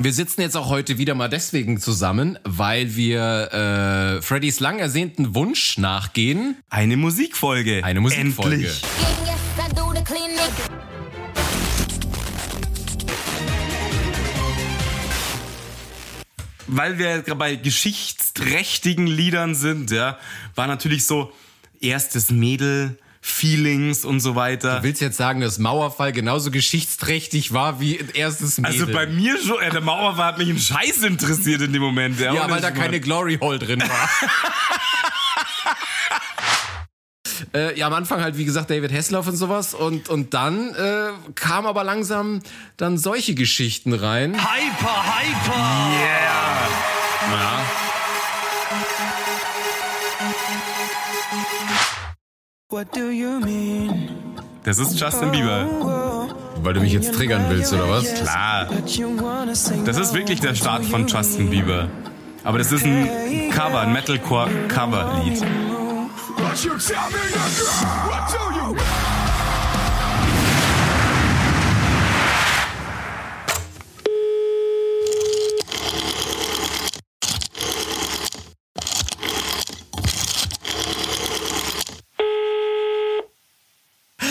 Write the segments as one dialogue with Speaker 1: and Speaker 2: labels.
Speaker 1: Wir sitzen jetzt auch heute wieder mal deswegen zusammen, weil wir äh, Freddys lang ersehnten Wunsch nachgehen.
Speaker 2: Eine Musikfolge.
Speaker 1: Eine Musikfolge.
Speaker 2: Endlich.
Speaker 3: Again, yes, I do the clinic.
Speaker 2: Weil wir gerade bei geschichtsträchtigen Liedern sind, ja, war natürlich so erstes Mädel, Feelings und so weiter.
Speaker 1: Willst du jetzt sagen, dass Mauerfall genauso geschichtsträchtig war wie erstes Mädel?
Speaker 2: Also bei mir schon, äh, der Mauerfall hat mich ein Scheiß interessiert in dem Moment. Ja,
Speaker 1: ja,
Speaker 2: Und
Speaker 1: weil da
Speaker 2: ich mein-
Speaker 1: keine Glory Hole drin war. Äh, ja, am Anfang halt, wie gesagt, David Hessler und sowas. Und, und dann äh, kam aber langsam dann solche Geschichten rein.
Speaker 4: Hyper, hyper!
Speaker 2: Yeah. Ja.
Speaker 4: What do you mean?
Speaker 2: Das ist Justin Bieber.
Speaker 1: Weil du mich jetzt triggern willst, oder was?
Speaker 2: Klar.
Speaker 4: That you wanna say
Speaker 2: Das ist wirklich der Start von Justin Bieber. Aber das ist ein Cover, ein Metalcore-Cover-Lied.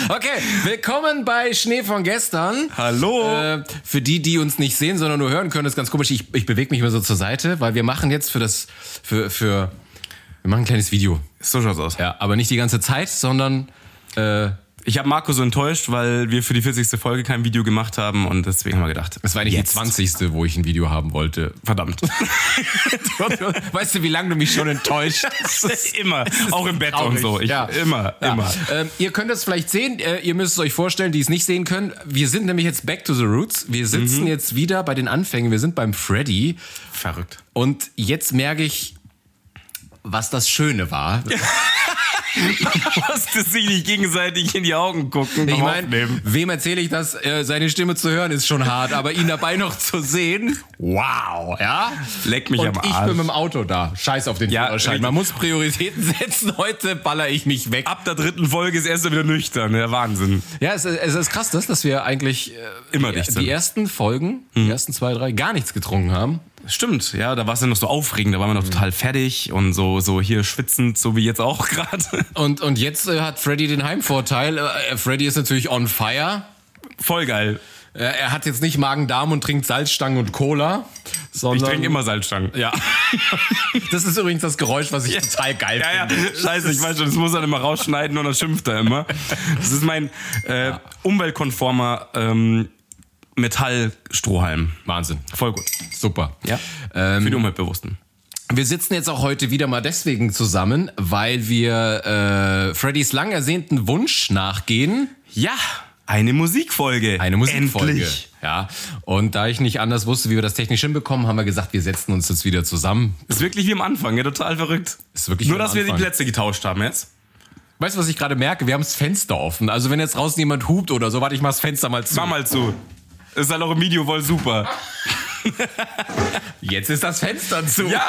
Speaker 1: Okay, willkommen bei Schnee von gestern.
Speaker 2: Hallo.
Speaker 1: Äh, für die, die uns nicht sehen, sondern nur hören können, ist ganz komisch. Ich, ich bewege mich mal so zur Seite, weil wir machen jetzt für das, für, für, wir machen ein kleines Video.
Speaker 2: So schaut's aus.
Speaker 1: Ja, aber nicht die ganze Zeit, sondern, äh,
Speaker 2: Ich habe Marco so enttäuscht, weil wir für die 40. Folge kein Video gemacht haben und deswegen haben wir gedacht,
Speaker 1: es war eigentlich die 20. wo ich ein Video haben wollte.
Speaker 2: Verdammt.
Speaker 1: Weißt du, wie lange du mich schon enttäuscht?
Speaker 2: immer, auch im Bett und so. Ich,
Speaker 1: ja.
Speaker 2: Immer,
Speaker 1: Ja.
Speaker 2: immer.
Speaker 1: Ähm, ihr könnt es vielleicht sehen, äh, ihr müsst es euch vorstellen, die es nicht sehen können. Wir sind nämlich jetzt back to the roots. Wir sitzen
Speaker 2: Mhm.
Speaker 1: jetzt wieder bei den Anfängen. Wir sind beim Freddy.
Speaker 2: Verrückt.
Speaker 1: Und jetzt merke ich, was das Schöne war.
Speaker 2: Lasst es sich nicht gegenseitig in die Augen gucken.
Speaker 1: Ich
Speaker 2: beim
Speaker 1: meine,
Speaker 2: Aufnehmen.
Speaker 1: wem erzähle ich das? Äh, seine Stimme zu hören ist schon hart, aber ihn dabei noch zu sehen, wow, ja?
Speaker 2: Leck mich
Speaker 1: Und
Speaker 2: am
Speaker 1: ich
Speaker 2: Arsch.
Speaker 1: bin mit dem Auto da. Scheiß auf den
Speaker 2: Ja,
Speaker 1: Führerschein.
Speaker 2: richtig.
Speaker 1: Man muss Prioritäten setzen. Heute baller ich mich weg.
Speaker 2: ab der dritten Folge ist er erst wieder nüchtern. Der Wahnsinn.
Speaker 1: Ja, es, es ist krass, dass, dass wir eigentlich äh,
Speaker 2: Immer
Speaker 1: die,
Speaker 2: dicht sind.
Speaker 1: die ersten Folgen, die ersten zwei, drei, gar nichts getrunken haben.
Speaker 2: Stimmt, ja, da war es ja noch so aufregend, da waren wir noch total fertig und so, so hier schwitzend, so wie jetzt auch gerade.
Speaker 1: Und, und jetzt äh, hat Freddy den Heimvorteil. Äh, Freddy ist natürlich on fire.
Speaker 2: Voll geil.
Speaker 1: Äh, er hat jetzt nicht Magen-Darm und trinkt Salzstangen und Cola.
Speaker 2: Ich
Speaker 1: Sondern
Speaker 2: trinke immer Salzstangen.
Speaker 1: Ja. Das ist übrigens das Geräusch, was ich total geil
Speaker 2: Ja, ja,
Speaker 1: finde.
Speaker 2: scheiße, ich weiß schon, das muss er immer rausschneiden und dann schimpft er immer. Das ist mein äh, umweltkonformer ähm, Metallstrohhalm.
Speaker 1: Wahnsinn.
Speaker 2: Voll gut.
Speaker 1: Super.
Speaker 2: Ja. Für die
Speaker 1: Ähm,
Speaker 2: Umweltbewussten.
Speaker 1: wir sitzen jetzt auch heute wieder mal deswegen zusammen, weil wir äh, Freddys lang ersehnten Wunsch nachgehen.
Speaker 2: Ja, eine Musikfolge.
Speaker 1: Eine Musikfolge.
Speaker 2: Endlich.
Speaker 1: Ja. Und da ich nicht anders wusste, wie wir das technisch hinbekommen, haben wir gesagt, wir setzen uns jetzt wieder zusammen.
Speaker 2: Ist wirklich wie am Anfang, ja, total verrückt.
Speaker 1: Ist wirklich
Speaker 2: Nur,
Speaker 1: wie am
Speaker 2: dass wir die
Speaker 1: Anfang.
Speaker 2: Plätze getauscht haben jetzt.
Speaker 1: Weißt du, was ich gerade merke? Wir haben das Fenster offen. Also wenn jetzt draußen jemand hupt oder so, warte, ich mach das Fenster mal zu.
Speaker 2: Mach mal zu. Ist halt auch im Video voll super.
Speaker 1: Jetzt ist das Fenster zu.
Speaker 2: Ja,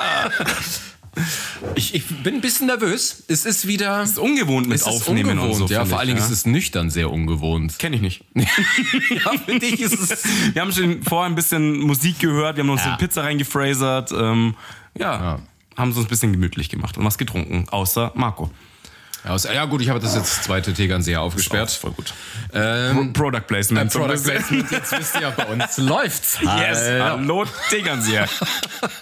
Speaker 1: Ich, ich bin ein bisschen nervös. Es ist wieder. Es
Speaker 2: ist ungewohnt mit
Speaker 1: ist
Speaker 2: Aufnehmen
Speaker 1: ungewohnt,
Speaker 2: und so.
Speaker 1: ja.
Speaker 2: finde
Speaker 1: Vor
Speaker 2: ich,
Speaker 1: allen Dingen
Speaker 2: ja.
Speaker 1: ist es nüchtern sehr ungewohnt.
Speaker 2: Kenn ich nicht.
Speaker 1: Ja, für dich ist es.
Speaker 2: Wir haben schon vorher ein bisschen Musik gehört, wir haben uns
Speaker 1: Ja.
Speaker 2: eine Pizza reingefrasert. Ähm, ja,
Speaker 1: Ja.
Speaker 2: haben es uns ein bisschen gemütlich gemacht und was getrunken, außer Marco.
Speaker 1: Ja, aus- ja gut, ich habe das jetzt zweite Tegernseher aufgesperrt.
Speaker 2: Oh, Voll gut.
Speaker 1: Ähm,
Speaker 2: Product Placement. so ein
Speaker 1: Product
Speaker 2: bisschen.
Speaker 1: Placement, jetzt wisst ihr ja, bei uns läuft's. halt.
Speaker 2: Yes, hallo Tegernseher.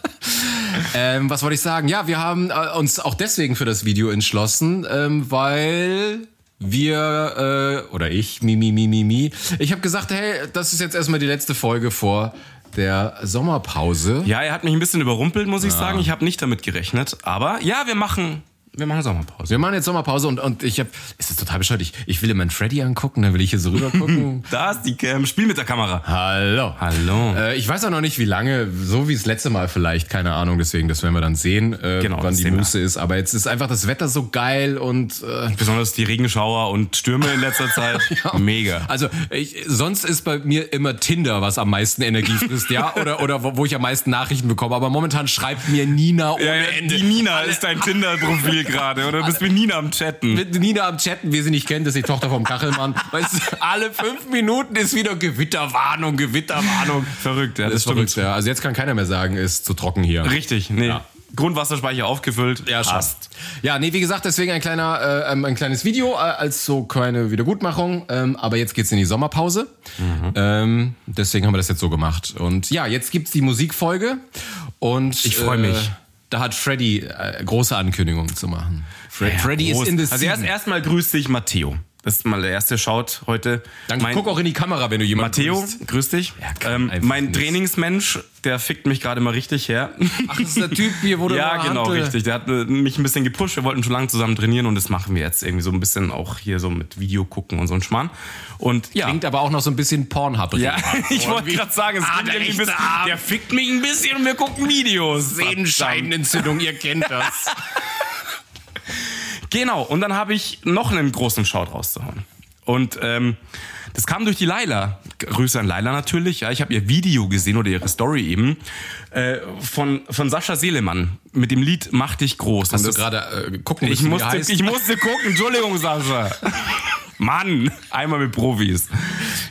Speaker 1: Ähm, was wollte ich sagen? Ja, wir haben äh, uns auch deswegen für das Video entschlossen, ähm, weil wir äh, oder ich, mi, mi, mi, mi, mi. Ich habe gesagt, hey, das ist jetzt erstmal die letzte Folge vor der Sommerpause.
Speaker 2: Ja, er hat mich ein bisschen überrumpelt, muss ich sagen. Ich habe nicht damit gerechnet. Aber ja, wir machen, wir machen Sommerpause.
Speaker 1: Wir machen jetzt Sommerpause und, und ich habe, es ist total bescheuert, ich, ich will immer einen Freddy angucken, dann will ich hier so rüber gucken.
Speaker 2: Da ist die Cam. Spiel mit der Kamera.
Speaker 1: Hallo.
Speaker 2: Hallo.
Speaker 1: Äh, ich weiß auch noch nicht, wie lange, so wie das letzte Mal vielleicht, keine Ahnung, deswegen, das werden wir dann sehen, äh,
Speaker 2: Genau,
Speaker 1: wann
Speaker 2: das
Speaker 1: die
Speaker 2: sehen wir.
Speaker 1: Muße ist. Aber jetzt ist einfach das Wetter so geil und äh,
Speaker 2: Besonders die Regenschauer und Stürme in letzter Zeit. Mega.
Speaker 1: Also ich, sonst ist bei mir immer Tinder, was am meisten Energie frisst, ja, oder oder wo, wo ich am meisten Nachrichten bekomme. Aber momentan schreibt mir Nina ohne
Speaker 2: Ja, ja,
Speaker 1: Ende.
Speaker 2: die Nina ist dein Tinder-Profil Kachel gerade oder du bist mit Nina am Chatten.
Speaker 1: mit Nina am Chatten, wer sie nicht kennt, ist die Tochter vom Kachelmann. Weißt du, alle fünf Minuten ist wieder Gewitterwarnung, Gewitterwarnung.
Speaker 2: Verrückt, ja, das,
Speaker 1: Das ist
Speaker 2: stimmt.
Speaker 1: verrückt, ja. Also jetzt kann keiner mehr sagen, ist zu trocken hier.
Speaker 2: Richtig, nee.
Speaker 1: Ja.
Speaker 2: Grundwasserspeicher aufgefüllt.
Speaker 1: Ja, schon.
Speaker 2: passt.
Speaker 1: Ja, nee, wie gesagt, deswegen ein kleiner, äh, ähm, ein kleines Video äh, als so kleine Wiedergutmachung. Ähm, aber jetzt geht's in die Sommerpause.
Speaker 2: Mhm.
Speaker 1: Ähm, deswegen haben wir das jetzt so gemacht. Und ja, jetzt gibt's die Musikfolge. Und
Speaker 2: Ich freu mich.
Speaker 1: Äh, da hat Freddy äh, große Ankündigungen zu machen. Fre Freddy
Speaker 2: Groß.
Speaker 1: ist in the
Speaker 2: Also erst
Speaker 1: scene.
Speaker 2: erstmal grüßt dich Matteo. Das ist mal der erste Shout heute.
Speaker 1: Dann
Speaker 2: Mein-
Speaker 1: guck auch in die Kamera, wenn du jemanden
Speaker 2: Matteo,
Speaker 1: grüßt.
Speaker 2: grüß dich.
Speaker 1: Ja, kann
Speaker 2: ähm,
Speaker 1: einfach
Speaker 2: mein
Speaker 1: nicht.
Speaker 2: Trainingsmensch, der fickt mich gerade mal richtig her.
Speaker 1: Ach, das ist der Typ hier, wo du
Speaker 2: Ja,
Speaker 1: immer
Speaker 2: genau,
Speaker 1: Hantel-
Speaker 2: richtig. Der hat äh, mich ein bisschen gepusht. Wir wollten schon lange zusammen trainieren und das machen wir jetzt irgendwie so ein bisschen auch hier so mit Video gucken und so ein Schmarrn. Und ja.
Speaker 1: Klingt aber auch noch so ein bisschen Pornhub.
Speaker 2: ja, ich wollte gerade sagen, es
Speaker 1: Ah,
Speaker 2: klingt
Speaker 1: der
Speaker 2: irgendwie
Speaker 1: rechte
Speaker 2: ein bisschen,
Speaker 1: Arm.
Speaker 2: der fickt mich ein bisschen und wir gucken Videos. Verdammt.
Speaker 1: Sehenscheidenentzündung, ihr kennt das.
Speaker 2: Genau, und dann habe ich noch einen großen Shout rauszuhauen. Und ähm, das kam durch die Laila. Grüße an Laila natürlich. Ja, ich habe ihr Video gesehen oder ihre Story eben äh, von, von Sascha Selemann mit dem Lied Mach dich groß.
Speaker 1: Hast
Speaker 2: Und
Speaker 1: du
Speaker 2: das-
Speaker 1: gerade äh, gucken
Speaker 2: ich
Speaker 1: müssen, wie er
Speaker 2: musste,
Speaker 1: heißt?
Speaker 2: ich musste gucken, Entschuldigung, Sascha. Mann, einmal mit Profis.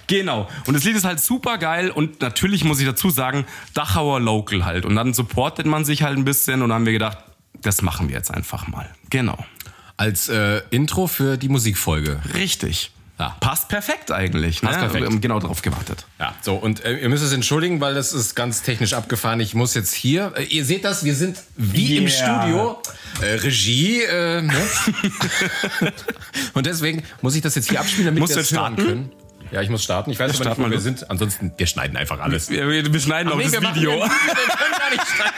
Speaker 2: Genau. Und das Lied ist halt super geil und natürlich muss ich dazu sagen, Dachauer Local halt. Und dann supportet man sich halt ein bisschen und dann haben wir gedacht, das machen wir jetzt einfach mal. Genau.
Speaker 1: Als äh, Intro für die Musikfolge.
Speaker 2: Richtig.
Speaker 1: Ja.
Speaker 2: Passt perfekt eigentlich.
Speaker 1: Passt
Speaker 2: ne?
Speaker 1: perfekt.
Speaker 2: Wir haben Genau drauf gewartet.
Speaker 1: Ja, so und äh, ihr müsst es entschuldigen, weil das ist ganz technisch abgefahren. Ich muss jetzt hier, äh, ihr seht das, wir sind wie im
Speaker 2: Yeah.
Speaker 1: Studio, äh, Regie. Äh, ne? und deswegen muss ich das jetzt hier abspielen, damit
Speaker 2: Musst
Speaker 1: wir
Speaker 2: du
Speaker 1: es
Speaker 2: jetzt
Speaker 1: hören
Speaker 2: starten?
Speaker 1: können. Ja, ich muss starten. Ich weiß aber nicht,
Speaker 2: starten
Speaker 1: wo
Speaker 2: mal
Speaker 1: wir
Speaker 2: los.
Speaker 1: sind. Ansonsten, wir schneiden einfach alles.
Speaker 2: Wir, wir- wir schneiden auch
Speaker 1: Nee,
Speaker 2: das
Speaker 1: machen
Speaker 2: Video.
Speaker 1: kein Video, wir können gar nicht schneiden.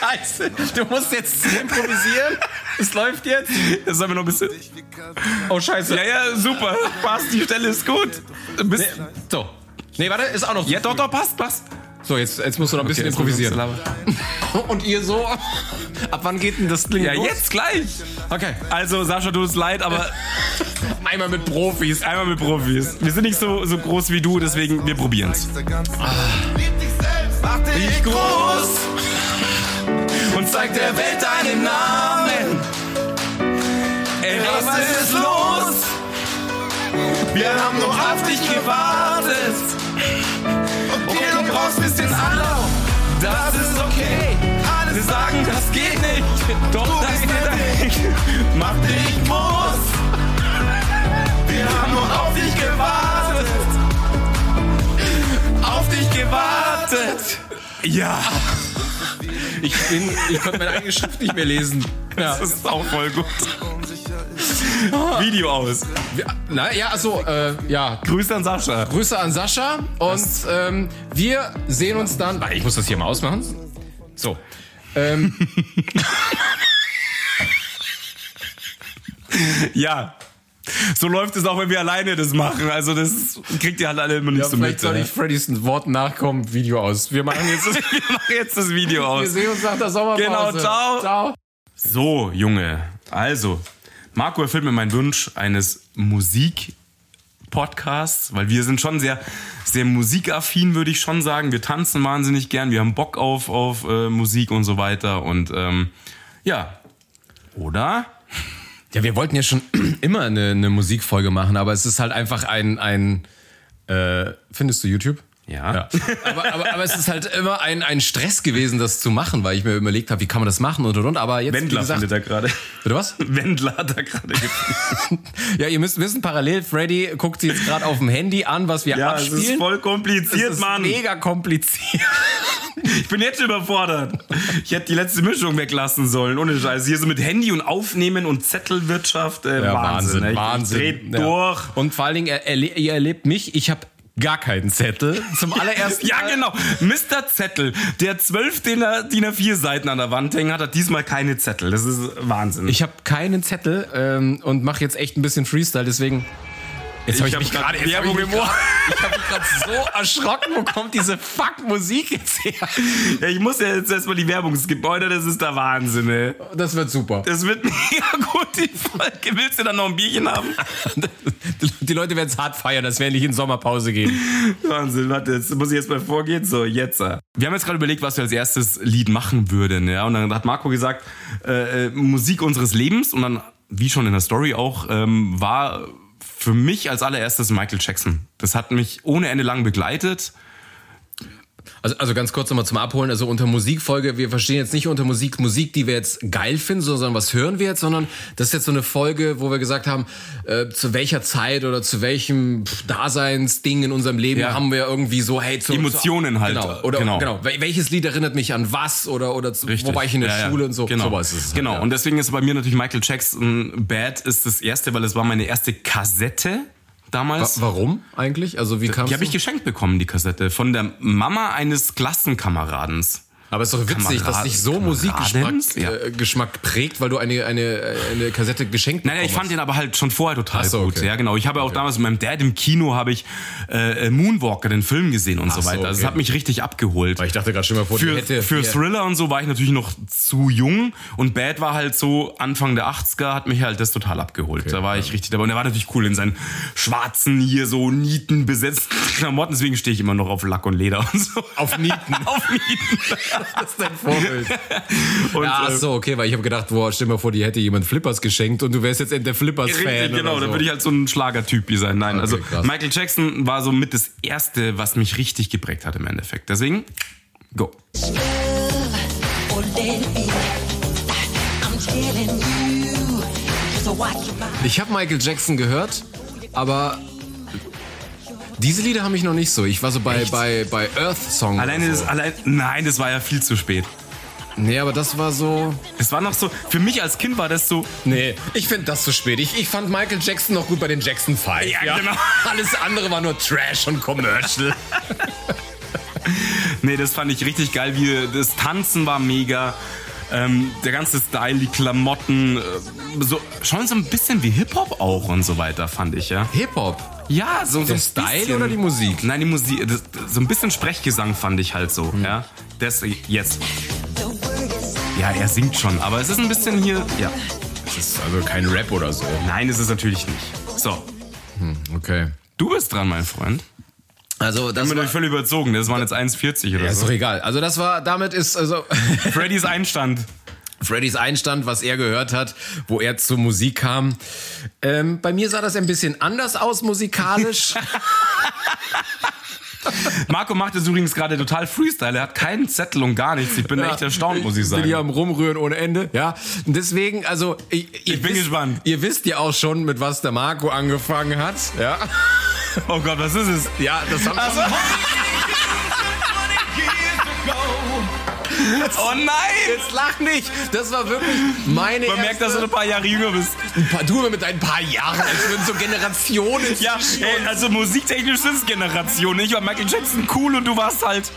Speaker 1: Scheiße, du musst jetzt improvisieren. Es läuft jetzt.
Speaker 2: Das haben wir noch ein bisschen.
Speaker 1: Oh, scheiße.
Speaker 2: Ja, ja, super. Passt, die Stelle ist gut. Bis,
Speaker 1: So. Nee, warte, ist auch noch.
Speaker 2: ja, doch, doch, passt, passt.
Speaker 1: So, jetzt, jetzt musst du noch ein bisschen
Speaker 2: Okay, jetzt
Speaker 1: improvisieren.
Speaker 2: muss ich ein bisschen labern.
Speaker 1: Und ihr so. Ab wann geht denn das Ding?
Speaker 2: Ja,
Speaker 1: los?
Speaker 2: jetzt gleich.
Speaker 1: Okay.
Speaker 2: Also, Sascha, tut uns leid, aber
Speaker 1: Einmal mit Profis.
Speaker 2: einmal mit Profis. Wir sind nicht so, so groß wie du, deswegen wir probieren's.
Speaker 5: Mach dich Ah. groß,
Speaker 2: Und zeig der Welt
Speaker 5: deinen Namen.
Speaker 2: ey,
Speaker 5: Was ist los? Wir haben nur auf dich gewartet. Okay, du brauchst ein bisschen Anlauf. Das ist okay.
Speaker 2: Wir
Speaker 5: Alles
Speaker 2: sagen,
Speaker 5: sagen,
Speaker 2: das geht nicht. Doch,
Speaker 5: Du
Speaker 2: das
Speaker 5: bist
Speaker 2: geht nicht.
Speaker 5: mach dich groß. Wir haben nur auf dich gewartet.
Speaker 2: Auf dich gewartet. Ja.
Speaker 1: Ich, bin, ich konnte meine eigene Schrift nicht mehr lesen. Ja.
Speaker 2: Das ist auch voll gut. Video aus.
Speaker 1: Na ja, also äh, ja.
Speaker 2: Grüße an Sascha.
Speaker 1: Grüße an Sascha und ähm, wir sehen uns dann. Warte, Ich muss das hier mal ausmachen. So. Ähm,
Speaker 2: Ja. So läuft es auch, wenn wir alleine das machen. Also das kriegt ihr halt alle immer nicht
Speaker 1: ja,
Speaker 2: so
Speaker 1: vielleicht
Speaker 2: mit.
Speaker 1: soll
Speaker 2: ja.
Speaker 1: ich Freddys Wort nachkommen. Video aus. Wir machen jetzt.
Speaker 2: wir machen jetzt das Video
Speaker 1: wir
Speaker 2: aus.
Speaker 1: sehen uns nach der Sommerpause.
Speaker 2: Genau, ciao.
Speaker 1: Ciao.
Speaker 2: So, Junge. Also, Marco erfüllt mir meinen Wunsch eines Musik- Podcasts, weil wir sind schon sehr, sehr musikaffin, würde ich schon sagen. Wir tanzen wahnsinnig gern, wir haben Bock auf, auf äh, Musik und so weiter. Und ähm, ja, oder?
Speaker 1: Ja, wir wollten ja schon immer eine, eine Musikfolge machen, aber es ist halt einfach ein. ein äh, findest du YouTube?
Speaker 2: Ja.
Speaker 1: Aber, aber, aber es ist halt immer ein, ein Stress gewesen, das zu machen, weil ich mir überlegt habe, wie kann man das machen und und und. Aber jetzt, wie
Speaker 2: Wendler
Speaker 1: gesagt,
Speaker 2: findet er gerade.
Speaker 1: bitte was?
Speaker 2: Wendler hat er gerade gefunden.
Speaker 1: Ja, ihr müsst wissen, parallel, Freddy guckt sich jetzt gerade auf dem Handy an, was wir
Speaker 2: Ja, es
Speaker 1: abspielen.
Speaker 2: ist voll
Speaker 1: Es
Speaker 2: kompliziert,
Speaker 1: ist
Speaker 2: Mann.
Speaker 1: mega kompliziert.
Speaker 2: Ich bin jetzt überfordert. Ich hätte die letzte Mischung weglassen sollen, ohne Scheiß. Hier so mit Handy und Aufnehmen und Zettelwirtschaft. Äh, Wahnsinn, ey. Ich dreht
Speaker 1: Ja.
Speaker 2: durch.
Speaker 1: Und vor allen Dingen, er, erle- ihr erlebt mich, ich habe gar keinen Zettel. Zum allerersten
Speaker 2: Ja,
Speaker 1: Mal.
Speaker 2: genau. Mr. Zettel, der zwölf DIN A4 Seiten an der Wand hängen hat, hat diesmal keine Zettel. Das ist Wahnsinn.
Speaker 1: Ich habe keinen Zettel ähm, und mache jetzt echt ein bisschen Freestyle, deswegen. Jetzt hab
Speaker 2: Ich
Speaker 1: ich,
Speaker 2: hab
Speaker 1: mich
Speaker 2: grad
Speaker 1: gerade jetzt hab ich
Speaker 2: Werbung
Speaker 1: mich
Speaker 2: im Ohr.
Speaker 1: grad- ich hab mich gerade so erschrocken, wo kommt diese fuck Musik jetzt her?
Speaker 2: Ja, ich muss ja jetzt erstmal die Werbung skippen. Alter, das ist der Wahnsinn, ey.
Speaker 1: Das wird super.
Speaker 2: Das wird mega gut, die Folge. Willst du dann noch ein Bierchen haben?
Speaker 1: Die Leute werden es hart feiern, das werden nicht in Sommerpause gehen.
Speaker 2: Wahnsinn, warte, jetzt muss ich jetzt mal vorgehen. So, jetzt. äh. Wir haben jetzt gerade überlegt, was wir als erstes Lied machen würden. Ja? Und dann hat Marco gesagt, äh, äh, Musik unseres Lebens. Und dann, wie schon in der Story auch, ähm, war für mich als allererstes Michael Jackson. Das hat mich ohne Ende lang begleitet.
Speaker 1: Also, also ganz kurz nochmal zum Abholen. Also unter Musikfolge, wir verstehen jetzt nicht unter Musik Musik, die wir jetzt geil finden, sondern was hören wir jetzt, sondern das ist jetzt so eine Folge, wo wir gesagt haben, äh, zu welcher Zeit oder zu welchem pff, Daseinsding in unserem Leben
Speaker 2: Ja.
Speaker 1: haben wir irgendwie so, hey, zu,
Speaker 2: Emotionen
Speaker 1: zu,
Speaker 2: halt.
Speaker 1: Genau, oder, genau.
Speaker 2: Genau.
Speaker 1: Wel- Welches Lied erinnert mich an was oder, oder zu, wo war ich in der
Speaker 2: Ja, ja.
Speaker 1: Schule und so.
Speaker 2: Genau.
Speaker 1: Sowas ist es halt,
Speaker 2: genau.
Speaker 1: ja.
Speaker 2: Und deswegen ist bei mir natürlich Michael Jackson Bad ist das erste, weil es war meine erste Kassette
Speaker 1: Wa-
Speaker 2: damals.
Speaker 1: Warum eigentlich? Also wie kam
Speaker 2: Die habe ich geschenkt bekommen, die Kassette, von der Mama eines Klassenkameradens.
Speaker 1: Aber es ist doch witzig,
Speaker 2: Kamerad-
Speaker 1: dass dich so Musikgeschmack
Speaker 2: Kameradens? Ja.
Speaker 1: äh, Geschmack prägt, weil du eine, eine, eine Kassette geschenkt
Speaker 2: Naja, ich fand den aber halt schon vorher total
Speaker 1: Ach so,
Speaker 2: gut.
Speaker 1: okay.
Speaker 2: Ja, genau. Ich habe auch damals mit meinem Dad im Kino habe ich äh, äh, Moonwalker, den Film gesehen und so
Speaker 1: so,
Speaker 2: weiter. Also
Speaker 1: okay.
Speaker 2: es hat mich richtig abgeholt.
Speaker 1: Weil ich dachte gerade schon mal vor, die
Speaker 2: für,
Speaker 1: hätte
Speaker 2: für
Speaker 1: hier-
Speaker 2: Thriller und so war ich natürlich noch zu jung und Bad war halt so Anfang der 80er, hat mich halt das total abgeholt. da war ich richtig dabei und er war natürlich cool in seinen schwarzen, hier so nietenbesetzten Klamotten, deswegen stehe ich immer noch auf Lack und Leder und so.
Speaker 1: Auf Nieten.
Speaker 2: auf Nieten.
Speaker 1: Das ist dein Vorbild.
Speaker 2: Und,
Speaker 1: ja, ach
Speaker 2: äh,
Speaker 1: so, okay, weil ich habe gedacht, boah, stell mal vor, die hätte jemand Flippers geschenkt und du wärst jetzt der Flippers-Fan.
Speaker 2: Richtig, genau,
Speaker 1: oder so.
Speaker 2: da würde ich halt so ein Schlagertyp wie sein. Nein,
Speaker 1: Okay,
Speaker 2: also
Speaker 1: krass.
Speaker 2: Michael Jackson war so mit das Erste, was mich richtig geprägt hat im Endeffekt. Deswegen, go. halt-
Speaker 1: Ich habe Michael Jackson gehört, aber diese Lieder haben ich noch nicht so. Ich war so bei, bei, bei Earth Song.
Speaker 2: Alleine
Speaker 1: oder
Speaker 2: das,
Speaker 1: so.
Speaker 2: allein, nein, das war ja viel zu spät.
Speaker 1: Nee, aber das war so.
Speaker 2: Es war noch so, für mich als Kind war das so,
Speaker 1: Nee, ich finde das zu spät. Ich, ich fand Michael Jackson noch gut bei den Jackson 5.
Speaker 2: Ja, genau.
Speaker 1: Alles andere war nur Trash und Commercial.
Speaker 2: nee, das fand ich richtig geil. Wie, das Tanzen war mega. Ähm, der ganze Style, die Klamotten, äh, so, schon so ein bisschen wie Hip-Hop auch und so weiter, fand ich, ja.
Speaker 1: Hip-Hop.
Speaker 2: Ja, so, so
Speaker 1: Der
Speaker 2: ein
Speaker 1: Style
Speaker 2: bisschen.
Speaker 1: oder die Musik?
Speaker 2: Nein, die Musik. Das, so ein bisschen Sprechgesang fand ich halt so. Ja, das äh, jetzt. Ja, er singt schon, aber es ist ein bisschen hier. Ja,
Speaker 1: Das ist also kein Rap oder so.
Speaker 2: nein, es ist natürlich nicht. So,
Speaker 1: Okay.
Speaker 2: du bist dran, mein Freund.
Speaker 1: Also das
Speaker 2: Ich bin
Speaker 1: war,
Speaker 2: euch völlig überzogen. Das waren jetzt 1,40 oder
Speaker 1: ja, ist
Speaker 2: so.
Speaker 1: doch egal. Also das war, damit ist also
Speaker 2: Freddys Einstand.
Speaker 1: Freddys Einstand, was er gehört hat, wo er zur Musik kam. Ähm, bei mir sah das ein bisschen anders aus musikalisch.
Speaker 2: Marco macht es übrigens gerade total Freestyle. Er hat keinen Zettel und gar nichts. Ich bin echt erstaunt, muss ich sagen.
Speaker 1: Bin hier am Rumrühren ohne Ende. Ja, Und deswegen, also ich, ihr
Speaker 2: Ich bin
Speaker 1: wisst,
Speaker 2: gespannt.
Speaker 1: Ihr wisst ja auch schon, mit was der Marco angefangen hat. Ja,
Speaker 2: Oh Gott, was ist es?
Speaker 1: ja das haben
Speaker 2: Also- Oh nein!
Speaker 1: Jetzt lach nicht. Das war wirklich meine.
Speaker 2: Man merkt,
Speaker 1: erste-
Speaker 2: dass du ein paar Jahre jünger bist.
Speaker 1: Ein paar- Du mit ein paar Jahren, als würden so Generationen.
Speaker 2: Ja, ey, also musiktechnisch sind es Generationen. Ich war Michael Jackson cool und du warst halt.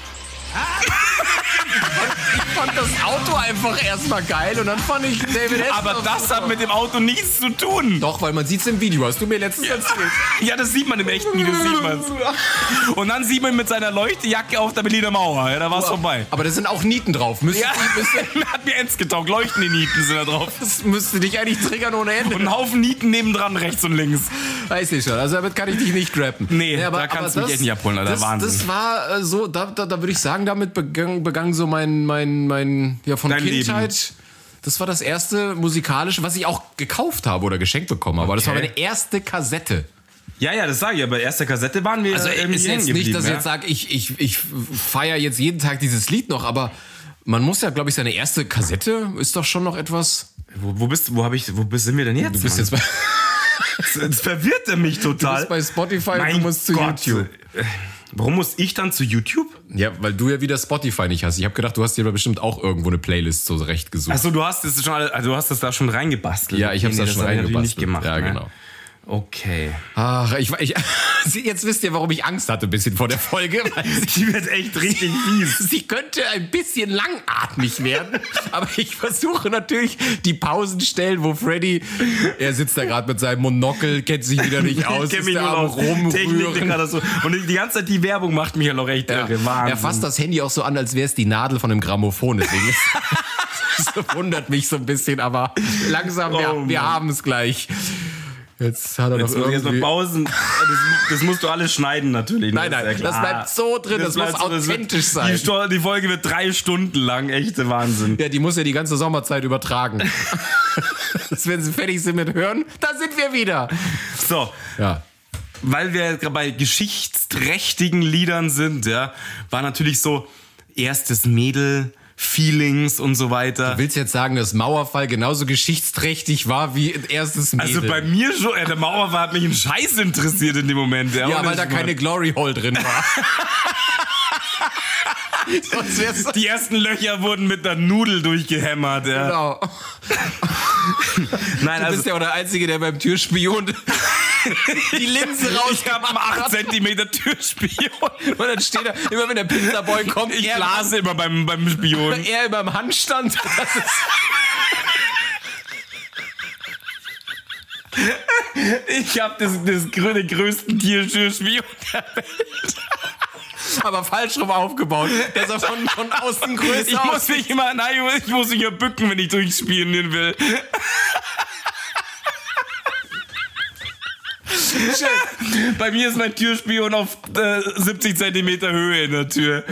Speaker 1: Ich fand das Auto einfach erstmal geil und dann fand ich David Hasselhoff
Speaker 2: Aber das
Speaker 1: super.
Speaker 2: hat mit dem Auto nichts zu tun.
Speaker 1: Doch, weil man sieht's im Video, hast du mir letztens erzählt.
Speaker 2: Ja, das sieht man im echten Video, sieht man's. Und dann sieht man ihn mit seiner Leuchtejacke auf der Berliner Mauer. Ja, da war's vorbei.
Speaker 1: Aber da sind auch Nieten drauf. Müsste,
Speaker 2: Ja,
Speaker 1: müsste,
Speaker 2: hat mir ends getaugt. Leuchtende Nieten sind da drauf.
Speaker 1: das müsste dich eigentlich triggern ohne Ende.
Speaker 2: Und ein Haufen Nieten nebendran, rechts und links.
Speaker 1: Weiß ich schon. Also damit kann ich dich nicht grappen.
Speaker 2: Nee, da kannst du mich echt nicht abholen, Alter.
Speaker 1: Das,
Speaker 2: Wahnsinn.
Speaker 1: Das war äh, so, da, da, da würde ich sagen, damit begann, begann so mein, mein, mein, ja, von
Speaker 2: Dein
Speaker 1: Kindheit. Das war das erste musikalische, was ich auch gekauft habe oder geschenkt bekommen habe. Aber das war
Speaker 2: Okay.
Speaker 1: meine erste Kassette.
Speaker 2: Ja, ja, das sage ich. Aber erste Kassette waren wir äh,
Speaker 1: Also
Speaker 2: irgendwie
Speaker 1: ist
Speaker 2: hängen
Speaker 1: jetzt nicht, dass ich
Speaker 2: geblieben,
Speaker 1: jetzt sage, ich, ich, ich feiere jetzt jeden Tag dieses Lied noch, aber man muss ja, glaube ich, seine erste Kassette ist doch schon noch etwas.
Speaker 2: ja. Wo, wo bist, wo hab ich, wo bist, sind wir denn jetzt?
Speaker 1: Du bist jetzt bei,
Speaker 2: jetzt verwirrt er mich total.
Speaker 1: bist bei Spotify und
Speaker 2: Mein
Speaker 1: du musst zu
Speaker 2: Gott.
Speaker 1: YouTube.
Speaker 2: Warum muss ich dann zu YouTube?
Speaker 1: Ja, weil du ja wieder Spotify nicht hast. Ich habe gedacht, du hast dir aber bestimmt auch irgendwo eine Playlist so recht gesucht.
Speaker 2: Achso, du hast es schon, alle- also du hast das da schon reingebastelt.
Speaker 1: ja, ich habe
Speaker 2: Nee,
Speaker 1: das
Speaker 2: nee,
Speaker 1: schon
Speaker 2: hab ich natürlich
Speaker 1: reingebastelt.
Speaker 2: nicht gemacht.
Speaker 1: ja,
Speaker 2: ne?
Speaker 1: genau.
Speaker 2: Okay.
Speaker 1: Ach, ich, ich, jetzt wisst ihr, warum ich Angst hatte ein bisschen vor der Folge. weil
Speaker 2: Die wird echt richtig fies.
Speaker 1: Sie könnte ein bisschen langatmig werden, aber ich versuche natürlich die Pausenstellen, wo Freddy, er sitzt da gerade mit seinem Monokel, kennt sich wieder nicht aus,
Speaker 2: kenn
Speaker 1: ist da am
Speaker 2: noch Technik, der
Speaker 1: rumrühren.
Speaker 2: Katastrophe. Und die ganze Zeit die Werbung macht mich ja noch echt
Speaker 1: Ja.
Speaker 2: irre. Wahnsinn.
Speaker 1: Er fasst das Handy auch so an, als wäre es die Nadel von einem Grammophon. Deswegen ist, das wundert mich so ein bisschen, aber langsam,
Speaker 2: Oh
Speaker 1: wir, wir
Speaker 2: Mann.
Speaker 1: haben es gleich. Jetzt hat er
Speaker 2: Jetzt
Speaker 1: noch
Speaker 2: muss ich erstmal
Speaker 1: irgendwie...
Speaker 2: Pausen. Das, das musst du alles schneiden natürlich. ne?
Speaker 1: Nein, nein,
Speaker 2: Ist ja
Speaker 1: das
Speaker 2: klar.
Speaker 1: bleibt so drin, das muss
Speaker 2: bleibt so, das wird-
Speaker 1: authentisch sein.
Speaker 2: Die, Sto- die Folge wird drei Stunden lang, echte Wahnsinn.
Speaker 1: Ja, die muss ja die ganze Sommerzeit übertragen. Dass wenn sie fertig sind mit Hören, da sind wir wieder.
Speaker 2: So,
Speaker 1: Ja.
Speaker 2: weil wir gerade bei geschichtsträchtigen Liedern sind, ja, war natürlich so erstes Mädel, Feelings und so weiter.
Speaker 1: Willst du jetzt sagen, dass Mauerfall genauso geschichtsträchtig war wie erstes Mädel?
Speaker 2: Also bei mir schon, äh, der Mauerfall hat mich ein Scheiß interessiert in dem Moment. Ja,
Speaker 1: ja,
Speaker 2: Und
Speaker 1: weil
Speaker 2: ich
Speaker 1: da
Speaker 2: war-
Speaker 1: keine Glory Hole drin war. Sonst wär's
Speaker 2: Die ersten Löcher wurden mit einer Nudel durchgehämmert. Ja.
Speaker 1: genau.
Speaker 2: Nein, also
Speaker 1: Du bist ja auch der Einzige, der beim Türspion die Linse
Speaker 2: ich habe einen
Speaker 1: rausgemacht hat.
Speaker 2: 8 cm Türspion.
Speaker 1: Und dann steht er, immer wenn der Pizzaboy kommt,
Speaker 2: Ich
Speaker 1: er,
Speaker 2: blase immer beim, beim Spion.
Speaker 1: er immer im Handstand. Das ist
Speaker 2: Ich habe das, das grö- den größten Tier Türspion.
Speaker 1: aber falsch rum aufgebaut, dass er von, von außen größer
Speaker 2: Ich muss mich immer, nein, ich muss mich ja bücken, wenn ich durchspielen will. Bei mir ist mein Türspion auf äh, 70 cm Höhe in der Tür.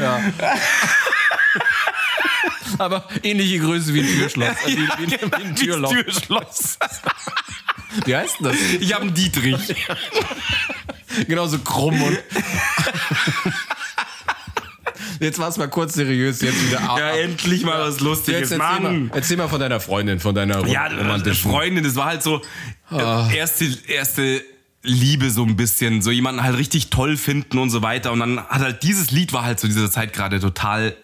Speaker 1: aber ähnliche Größe wie ein Türschloss, äh, wie, wie, wie ein
Speaker 2: Dieses
Speaker 1: Türloch.
Speaker 2: Türschloss.
Speaker 1: Wie heißt denn das?
Speaker 2: Ich habe einen Dietrich.
Speaker 1: Genauso krumm und... Jetzt war es mal kurz seriös, jetzt wieder ab.
Speaker 2: Ja, endlich mal was Lustiges.
Speaker 1: Jetzt erzähl
Speaker 2: Mann.
Speaker 1: mal, erzähl mal von deiner Freundin, von deiner rom-
Speaker 2: Ja, eine
Speaker 1: romantischen
Speaker 2: Freundin, das war halt so
Speaker 1: Ah.
Speaker 2: äh, erste, erste Liebe so ein bisschen, so jemanden halt richtig toll finden und so weiter. Und dann hat halt dieses Lied war halt zu dieser Zeit gerade total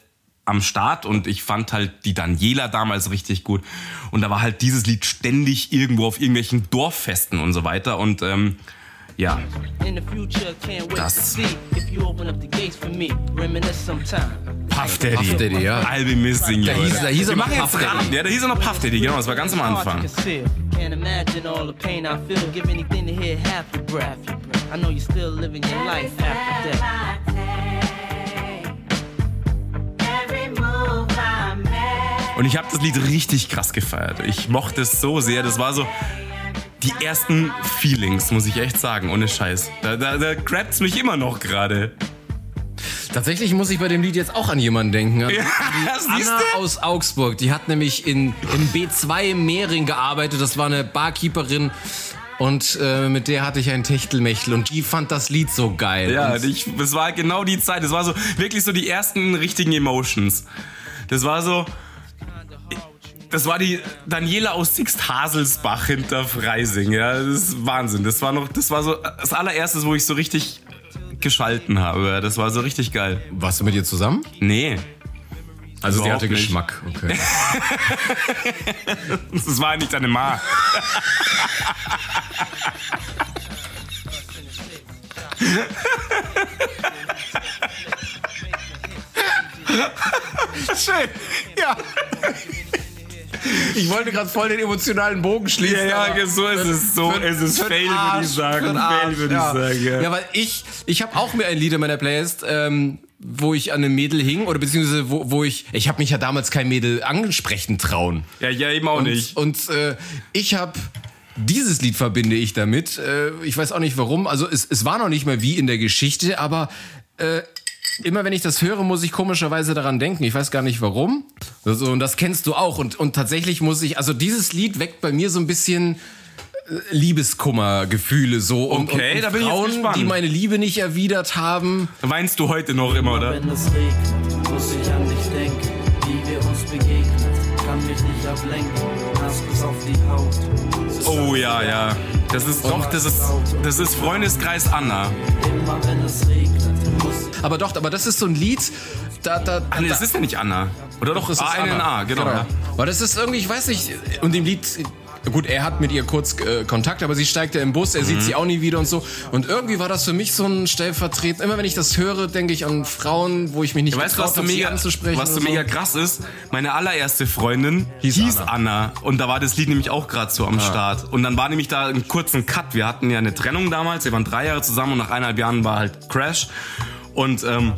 Speaker 2: am Start und ich fand halt die Daniela damals richtig gut. Und da war halt dieses Lied ständig irgendwo auf irgendwelchen Dorffesten und so weiter. Und ähm, ja,
Speaker 6: In the future, can't wait
Speaker 2: Das-
Speaker 6: to see if you open up the gates for me. Reminisce sometime.
Speaker 2: Puff Daddy.
Speaker 1: Puff Daddy, ja.
Speaker 2: I'll be missing you.
Speaker 1: Da hieß- da hieß er
Speaker 2: Wir
Speaker 1: noch
Speaker 2: machen jetzt
Speaker 1: Puff Daddy.
Speaker 2: Raten. Ja, da hieß er noch Puff Daddy, genau, das war ganz am
Speaker 6: Hard to
Speaker 2: Anfang.
Speaker 6: conceal. Can't imagine all the pain I feel. Give anything to hear half your breath. I know you're still living your life after death.
Speaker 2: Und ich habe das Lied richtig krass gefeiert. Ich mochte es so sehr. Das war so die ersten Feelings, muss ich echt sagen, ohne Scheiß. Da, da, da grabt's mich immer noch gerade.
Speaker 1: Tatsächlich muss ich bei dem Lied jetzt auch an jemanden denken. An
Speaker 2: siehst
Speaker 1: Ah, Anna
Speaker 2: du?
Speaker 1: aus Augsburg, die hat nämlich in, im B2 im Mehring gearbeitet. Das war eine Barkeeperin und äh, mit der hatte ich ein Techtelmechtel und die fand das Lied so geil.
Speaker 2: Ja,
Speaker 1: und
Speaker 2: ich, das war genau die Zeit. Das war so wirklich so die ersten richtigen Emotions. Das war so. Das war die Daniela aus Sixt Haselsbach hinter Freising. Ja, das ist Wahnsinn. Das war noch, das war so das allererstes, wo ich so richtig geschalten habe. Das war so richtig geil.
Speaker 1: warst du mit ihr zusammen?
Speaker 2: Nee,
Speaker 1: Also sie
Speaker 2: Überhaupt
Speaker 1: hatte
Speaker 2: nicht.
Speaker 1: Geschmack. Okay.
Speaker 2: das war nicht deine Ma.
Speaker 1: Schön. Ja. Ich wollte gerade voll den emotionalen Bogen schließen.
Speaker 2: Ja, ja,
Speaker 1: aber-
Speaker 2: so ist es. So
Speaker 1: Für-
Speaker 2: ist es.
Speaker 1: für den
Speaker 2: Fail, würde
Speaker 1: Arsch,
Speaker 2: ich sagen.
Speaker 1: für den Arsch,
Speaker 2: Fail, würde
Speaker 1: ja.
Speaker 2: ich sagen. Ja.
Speaker 1: Ja, weil ich, ich habe auch mir ein Lied in meiner Playlist, ähm, wo ich an einem Mädel hing oder beziehungsweise wo, wo ich, ich habe mich ja damals kein Mädel ansprechen trauen.
Speaker 2: ja, ja, eben auch nicht.
Speaker 1: Und äh, ich habe dieses Lied verbinde ich damit. Äh, ich weiß auch nicht warum. Also es, es war noch nicht mal wie in der Geschichte, aber äh, immer wenn ich das höre, muss ich komischerweise daran denken. Ich weiß gar nicht warum. Also, und das kennst du auch. Und, und tatsächlich muss ich, also dieses Lied weckt bei mir so ein bisschen äh, Liebeskummergefühle so und,
Speaker 2: Okay,
Speaker 1: und, und
Speaker 2: da bin ich jetzt
Speaker 1: Frauen,
Speaker 2: gespannt.
Speaker 1: die meine Liebe nicht erwidert haben.
Speaker 2: Weinst du heute noch immer, oder?
Speaker 7: Wenn es regnet, muss ich an dich denken, wie wir uns begegnet, kann mich nicht ablenken, nass bis auf die Haut. Es ist
Speaker 2: Oh ja, ja. Das ist doch, das ist, das ist Freundeskreis Anna.
Speaker 7: Immer wenn es regnet, muss ich
Speaker 1: Aber doch, aber das ist so ein Lied, da, da,
Speaker 2: Ah, nee,
Speaker 1: da,
Speaker 2: das ist ja nicht Anna. Oder doch,
Speaker 1: Doch, es ist
Speaker 2: A, N, N,
Speaker 1: Ah, Anna.
Speaker 2: A, genau. Ja.
Speaker 1: Aber das ist irgendwie, ich weiß nicht, und dem Lied gut, er hat mit ihr kurz äh, Kontakt, aber sie steigt ja im Bus, er
Speaker 2: Mhm.
Speaker 1: sieht sie auch nie wieder und so. Und irgendwie war das für mich so ein Stellvertreten. Immer wenn ich das höre, denke ich an Frauen, wo ich mich nicht
Speaker 2: Weißt du,
Speaker 1: getraut
Speaker 2: was so
Speaker 1: hab, sie
Speaker 2: mega,
Speaker 1: anzusprechen.
Speaker 2: was so
Speaker 1: oder so.
Speaker 2: mega krass ist? Meine allererste Freundin hieß, Anna. Und da war das Lied nämlich auch gerade so
Speaker 1: Ah.
Speaker 2: am Start. Und dann war nämlich da einen kurzen Cut. Wir hatten ja eine Trennung damals. Wir waren drei Jahre zusammen und nach eineinhalb Jahren war halt Crash. Und ähm,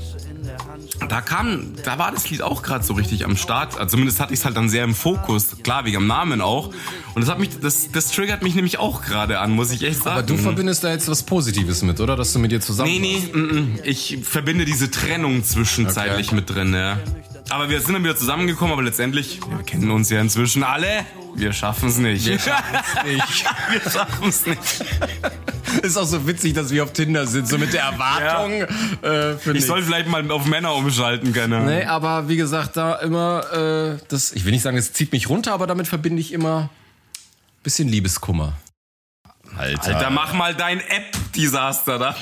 Speaker 2: da kam, da war das Lied auch gerade so richtig am Start. Also zumindest hatte ich es halt dann sehr im Fokus. Klar, wegen am Namen auch. Und das hat mich, das, das triggert mich nämlich auch gerade an, muss ich echt sagen.
Speaker 1: Aber du verbindest da jetzt was Positives mit, oder? Dass du mit ihr zusammen
Speaker 2: Mhm. Nee, nee, mm, mm. ich verbinde diese Trennung zwischenzeitlich
Speaker 1: Okay.
Speaker 2: mit drin, ja. Aber wir sind dann wieder zusammengekommen, aber letztendlich, wir kennen uns ja inzwischen alle. Wir schaffen es nicht. Wir
Speaker 1: nicht.
Speaker 2: schaffen es nicht.
Speaker 1: Ist auch so witzig, dass wir auf Tinder sind, so mit der Erwartung äh, für
Speaker 2: Ich soll vielleicht mal auf Männer umschalten können.
Speaker 1: Nee, aber wie gesagt, da immer, äh, das, ich will nicht sagen, es zieht mich runter, aber damit verbinde ich immer ein bisschen Liebeskummer.
Speaker 2: Alter, mach mal dein App-Desaster da.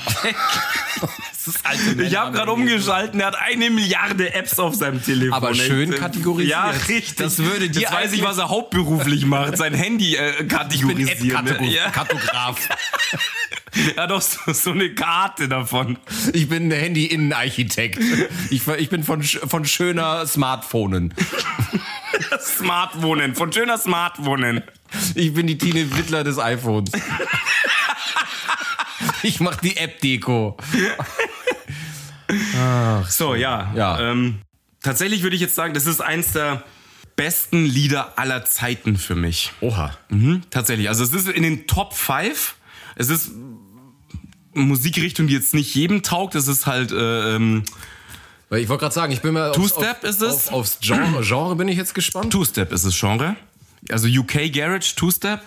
Speaker 2: Ich habe
Speaker 1: ne?
Speaker 2: gerade umgeschalten, er hat eine Milliarde Apps auf seinem Telefon.
Speaker 1: Aber schön
Speaker 2: Echt?
Speaker 1: kategorisiert.
Speaker 2: Ja, richtig.
Speaker 1: Das würde dir
Speaker 2: Jetzt weiß ich,
Speaker 1: eigentlich-
Speaker 2: was er hauptberuflich macht. Sein Handy äh, ne? kategorisiert. ja.
Speaker 1: ne? Kartograf.
Speaker 2: Er hat doch so, so eine Karte davon.
Speaker 1: Ich bin ein Handy-Innenarchitekt. Ich, ver- ich bin von, sch- von schöner Smartphonen.
Speaker 2: Smartwohnen, von schöner Smartwohnen.
Speaker 1: Ich bin die Tine Wittler des iPhones. Ich mach die App-Deko.
Speaker 2: So, ja.
Speaker 1: Ja.
Speaker 2: Ähm, tatsächlich würde ich jetzt sagen, das ist eins der besten Lieder aller Zeiten für mich.
Speaker 1: Oha.
Speaker 2: Mhm, tatsächlich. Also es ist in den Top 5. Es ist Musikrichtung, die jetzt nicht jedem taugt. Es ist halt äh, ähm,
Speaker 1: Weil ich wollte gerade sagen, ich bin mal aufs-
Speaker 2: Two-Step
Speaker 1: auf,
Speaker 2: ist es?
Speaker 1: Auf, aufs Genre, Genre bin ich jetzt gespannt.
Speaker 2: Two-Step ist das Genre. Also UK Garage Two-Step.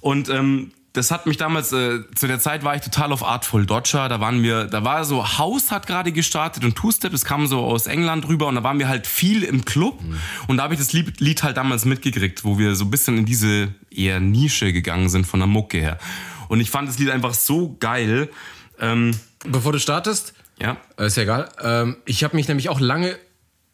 Speaker 2: Und ähm, das hat mich damals, äh, zu der Zeit war ich total auf Artful Dodger. Da waren wir, da war so, House hat gerade gestartet und Two-Step, das kam so aus England rüber und da waren wir halt viel im Club.
Speaker 1: Mhm.
Speaker 2: Und da habe ich das Lied, Lied halt damals mitgekriegt, wo wir so ein bisschen in diese eher Nische gegangen sind von der Mucke her. Und ich fand das Lied einfach so geil. Ähm,
Speaker 1: Bevor du startest,
Speaker 2: ja.
Speaker 1: Äh, Ist ja egal. Ähm, ich habe mich nämlich auch lange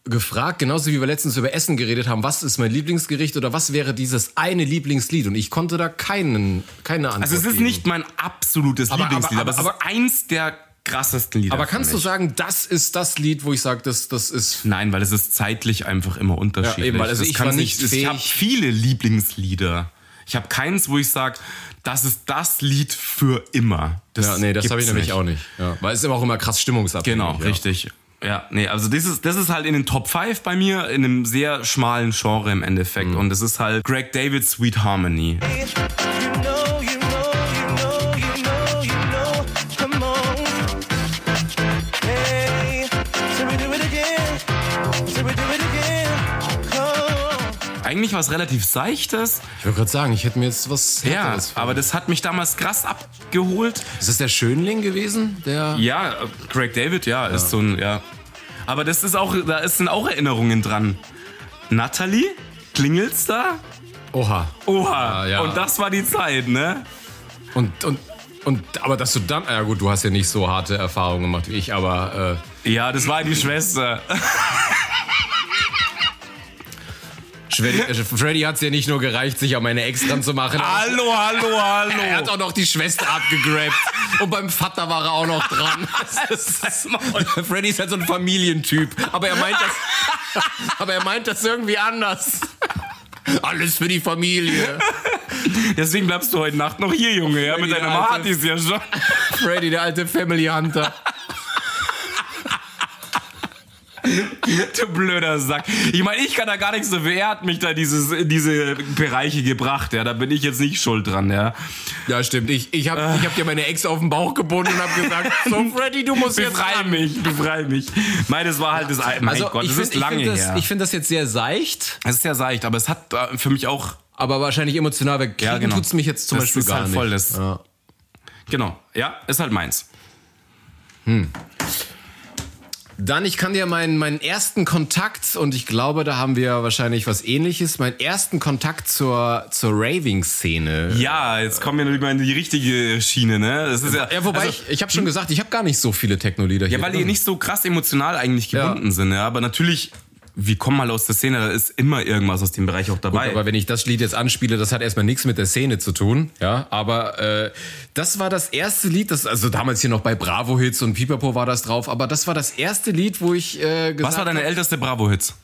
Speaker 1: gefragt, genauso wie wir letztens über Essen geredet haben, was ist mein Lieblingsgericht oder was wäre dieses eine Lieblingslied? Und ich konnte da keinen, keine Antwort
Speaker 2: Also es ist
Speaker 1: geben.
Speaker 2: nicht mein absolutes
Speaker 1: Aber- aber-
Speaker 2: Lieblingslied, aber,
Speaker 1: aber-
Speaker 2: es ist eins der krassesten Lieder.
Speaker 1: Aber
Speaker 2: für
Speaker 1: kannst du
Speaker 2: mich.
Speaker 1: sagen, das ist das Lied, wo ich sage, das, das ist.
Speaker 2: Nein, weil es ist zeitlich einfach immer
Speaker 1: Ja,
Speaker 2: unterschiedlich.
Speaker 1: eben, weil also
Speaker 2: Das
Speaker 1: ich
Speaker 2: kann's
Speaker 1: war nicht
Speaker 2: Ich habe
Speaker 1: fähig-
Speaker 2: viele Lieblingslieder. Ich habe keins, wo ich sage, das ist das Lied für immer. Das
Speaker 1: Ja, nee, das
Speaker 2: gibt's
Speaker 1: habe ich nämlich auch nicht. Ja, weil es ist immer auch immer krass stimmungsabhängig.
Speaker 2: Genau,
Speaker 1: ja.
Speaker 2: richtig. Ja, nee, also das ist, das ist halt in den Top 5 bei mir, in einem sehr schmalen Genre im Endeffekt. Und das ist halt Greg David's Sweet Harmony.
Speaker 4: You know, you know, you know, you know, you know. Come on. Hey, should we do it again? Should we do it again? Come on.
Speaker 2: Eigentlich was relativ Seichtes.
Speaker 1: Ich würde gerade sagen, ich hätte mir jetzt was.
Speaker 2: Ja,
Speaker 1: Härteres vor-
Speaker 2: aber das hat mich damals krass abgeholt.
Speaker 1: Ist das der Schönling gewesen? Der.
Speaker 2: Ja, äh, Craig David, ja, ist so ein, ja. Aber das ist auch, da ist- sind auch Erinnerungen dran. Natalie? Klingelt's da?
Speaker 1: Oha.
Speaker 2: Oha,
Speaker 1: Ah, ja.
Speaker 2: und das war die Zeit, ne?
Speaker 1: Und, und, und, aber dass du dann. Ja, gut, du hast ja nicht so harte Erfahrungen gemacht wie ich, aber. Äh,
Speaker 2: Ja, das war die Schwester.
Speaker 1: Freddy, äh, Freddy hat es ja nicht nur gereicht, sich an meine Ex dran zu machen.
Speaker 2: hallo, hallo,
Speaker 1: Er hat
Speaker 2: hallo.
Speaker 1: auch noch die Schwester abgegrabt. Und beim Vater war er auch noch dran. Freddy ist halt so ein Familientyp. Aber er meint das, aber er meint das irgendwie anders. Alles für die Familie.
Speaker 2: Deswegen bleibst du heute Nacht noch hier, Junge, ja? Mit
Speaker 1: Ja,
Speaker 2: deiner Mama
Speaker 1: Alter.
Speaker 2: hat die's ja schon.
Speaker 1: Freddy, der alte Family Hunter.
Speaker 2: Du blöder Sack. Ich meine, ich kann da gar nichts dafür. Er hat mich da dieses, in diese Bereiche gebracht, ja. Da bin ich jetzt nicht schuld dran, ja.
Speaker 1: Ja, stimmt. Ich, ich habe ich hab dir meine Ex auf den Bauch gebunden und habe gesagt, so Freddy, du musst jetzt
Speaker 2: Befrei
Speaker 1: ran. Also,
Speaker 2: mich, befrei mich. Mein, das war halt das Al- Mein Gott,
Speaker 1: ich
Speaker 2: das
Speaker 1: find-
Speaker 2: ist lange
Speaker 1: ich find das,
Speaker 2: her.
Speaker 1: Ich finde das jetzt sehr seicht,
Speaker 2: Es ist ja seicht, aber es hat äh, für mich auch.
Speaker 1: aber wahrscheinlich emotional wegkriegen
Speaker 2: Ja, genau.
Speaker 1: tut's mich jetzt zum
Speaker 2: Das
Speaker 1: Beispiel
Speaker 2: ist
Speaker 1: gar
Speaker 2: halt
Speaker 1: nicht.
Speaker 2: voll das-
Speaker 1: ja.
Speaker 2: Genau, ja, ist halt meins.
Speaker 1: Dann, ich kann dir meinen, meinen ersten Kontakt, und ich glaube, da haben wir wahrscheinlich was ähnliches, meinen ersten Kontakt zur, zur Raving-Szene.
Speaker 2: Ja, jetzt kommen wir mal in die richtige Schiene, ne? Das ist ja,
Speaker 1: Ja, wobei,
Speaker 2: also-
Speaker 1: ich, ich habe schon gesagt, ich habe gar nicht so viele Techno-Lieder hier.
Speaker 2: ja, weil die nicht so krass emotional eigentlich gebunden sind, ja. Aber natürlich wir kommen mal aus der Szene, da ist immer irgendwas aus dem Bereich auch dabei.
Speaker 1: Aber wenn ich das Lied jetzt anspiele, das hat erstmal nichts mit der Szene zu tun. Ja, aber äh, das war das erste Lied, das also damals hier noch bei Bravo Hits und Pipapo war das drauf. Aber das war das erste Lied, wo ich äh, gesagt
Speaker 2: Was war deine
Speaker 1: hab-
Speaker 2: älteste Bravo-Hits?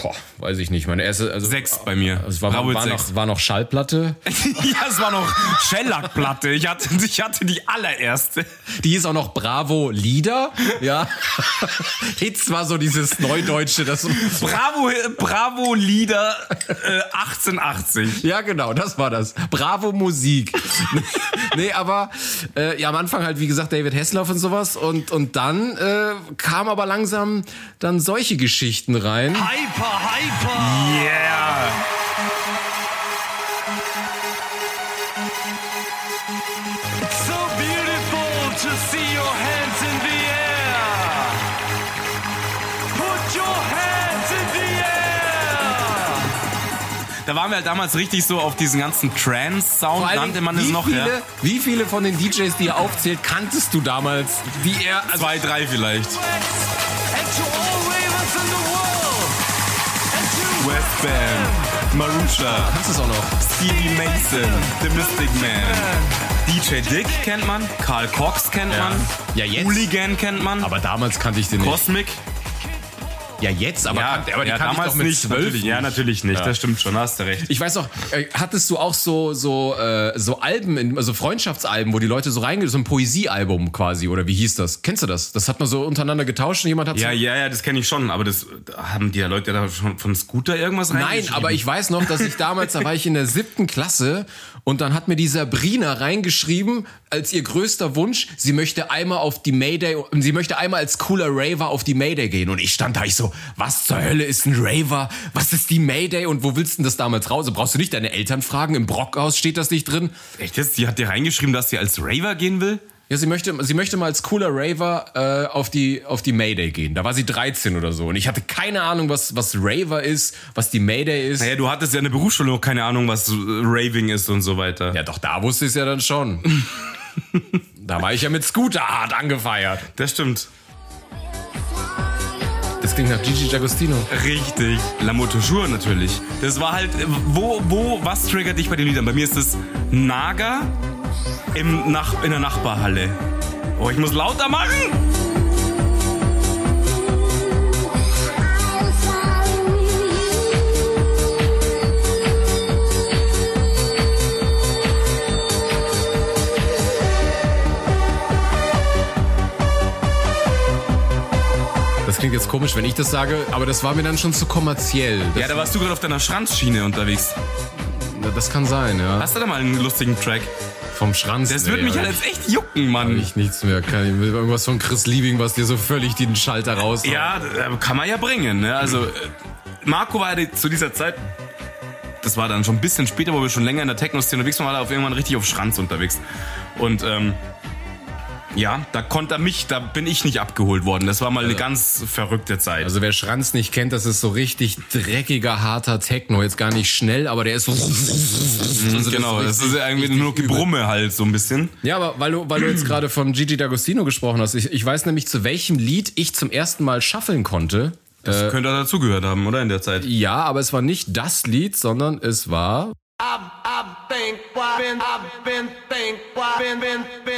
Speaker 1: Boah, weiß ich nicht. Meine erste also
Speaker 2: Sechs bei mir.
Speaker 1: Es war,
Speaker 2: Bravo
Speaker 1: war,
Speaker 2: Hits
Speaker 1: noch,
Speaker 2: sechs.
Speaker 1: war noch Schallplatte.
Speaker 2: ja, es war noch Shellac-Platte. Ich hatte, ich hatte die allererste.
Speaker 1: Die ist auch noch Bravo Lieder. Ja, Hits war so dieses Neudeutsche, das
Speaker 2: Bravo, Bravo Lieder äh, 1880.
Speaker 1: Ja, genau, das war das. Bravo Musik. nee, aber äh, ja, am Anfang halt, wie gesagt, David Hessler und sowas. Und, und dann äh, kam aber langsam dann solche Geschichten rein.
Speaker 4: Hyper, hyper.
Speaker 2: Yeah.
Speaker 4: So beautiful to see your hands in the air. Put your hands in the air.
Speaker 2: Da waren wir halt damals richtig so auf diesen ganzen Trance-Sound,
Speaker 1: Vor allen
Speaker 2: nannte
Speaker 1: Dingen,
Speaker 2: man es
Speaker 1: wie
Speaker 2: noch,
Speaker 1: viele,
Speaker 2: ja?
Speaker 1: Wie viele von den DJs, die er aufzählt, kanntest du damals? Die er, also
Speaker 2: Zwei, drei vielleicht.
Speaker 4: And to all ravens in the world. And to
Speaker 2: Westbam, Marusha,
Speaker 1: kannst es auch noch.
Speaker 2: Stevie Mason, The Mystic Man. DJ Dick kennt man, Karl Cox kennt man,
Speaker 1: Ja, jetzt.
Speaker 2: Hooligan kennt man,
Speaker 1: Aber damals kannte ich den nicht.
Speaker 2: Cosmic.
Speaker 1: Ja, jetzt, aber, kannte, aber die kannte ich doch mit zwölf.
Speaker 2: natürlich, ja, natürlich nicht, das stimmt schon, hast du recht.
Speaker 1: Ich weiß noch, äh, hattest du auch so so äh, so Alben, in, also Freundschaftsalben, wo die Leute so reingehen, so ein Poesiealbum quasi oder wie hieß das? Kennst du das? Das hat man so untereinander getauscht und jemand hat
Speaker 2: Ja,
Speaker 1: so
Speaker 2: ja, ja, das kenne ich schon, aber das haben die ja Leute da schon von Scooter irgendwas
Speaker 1: Nein, aber ich weiß noch, dass ich damals, da war ich in der siebten Klasse und dann hat mir die Sabrina reingeschrieben, als ihr größter Wunsch, sie möchte einmal auf die Mayday, sie möchte einmal als cooler Raver auf die Mayday gehen. Und ich stand da, ich so, was zur Hölle ist ein Raver? Was ist die Mayday und wo willst du denn das damals raus? Brauchst du nicht deine Eltern fragen? Im Brockhaus steht das nicht drin.
Speaker 2: Echt jetzt? Die hat dir reingeschrieben, dass sie als Raver gehen will?
Speaker 1: Ja, sie möchte, sie möchte mal als cooler Raver äh, auf, die, auf die Mayday gehen. Da war sie 13 oder so. Und ich hatte keine Ahnung, was, was Raver ist, was die Mayday ist.
Speaker 2: Naja, du hattest ja eine Berufsschule noch keine Ahnung, was äh, Raving ist und so weiter.
Speaker 1: Ja, doch, da wusste ich es ja dann schon. da war ich ja mit Scooter hart angefeiert.
Speaker 2: Das stimmt.
Speaker 1: Das klingt nach Gigi D'Agostino.
Speaker 2: Richtig. La Motojour natürlich. Das war halt, äh, wo, wo, was triggert dich bei den Liedern? Bei mir ist es Naga im Nach in der Nachbarhalle. Oh, ich muss lauter machen!
Speaker 1: Das klingt jetzt komisch, wenn ich das sage, aber das war mir dann schon zu kommerziell. Das,
Speaker 2: Ja, da warst du gerade auf deiner Schranzschiene unterwegs.
Speaker 1: das kann sein, ja.
Speaker 2: Hast du da mal einen lustigen Track?
Speaker 1: Vom Schranz.
Speaker 2: Das würde mich halt jetzt echt jucken, Mann.
Speaker 1: Ich nichts mehr. Kann ich, irgendwas von Chris Liebing, was dir so völlig den Schalter raus.
Speaker 2: Ja, äh, kann man ja bringen. Ne? Also äh, Marco war ja die- zu dieser Zeit, das war dann schon ein bisschen später, wo wir schon länger in der Techno-Szene unterwegs waren, war er auf irgendwann richtig auf Schranz unterwegs. Und ähm, ja, da konnte er mich, da bin ich nicht abgeholt worden. Das war mal eine ganz verrückte Zeit.
Speaker 1: Also wer Schranz nicht kennt, das ist so richtig dreckiger, harter Techno. Jetzt gar nicht schnell, aber der ist so. Also
Speaker 2: genau, das ist
Speaker 1: richtig-
Speaker 2: irgendwie nur
Speaker 1: richtig übel.
Speaker 2: Gebrumme halt so ein bisschen.
Speaker 1: Ja, aber weil du, weil du jetzt gerade von Gigi D'Agostino gesprochen hast, ich, ich weiß nämlich, zu welchem Lied ich zum ersten Mal schaffeln konnte.
Speaker 2: Das
Speaker 1: Äh,
Speaker 2: könnte er dazugehört haben, oder in der Zeit?
Speaker 1: Ja, aber es war nicht das Lied, sondern es war.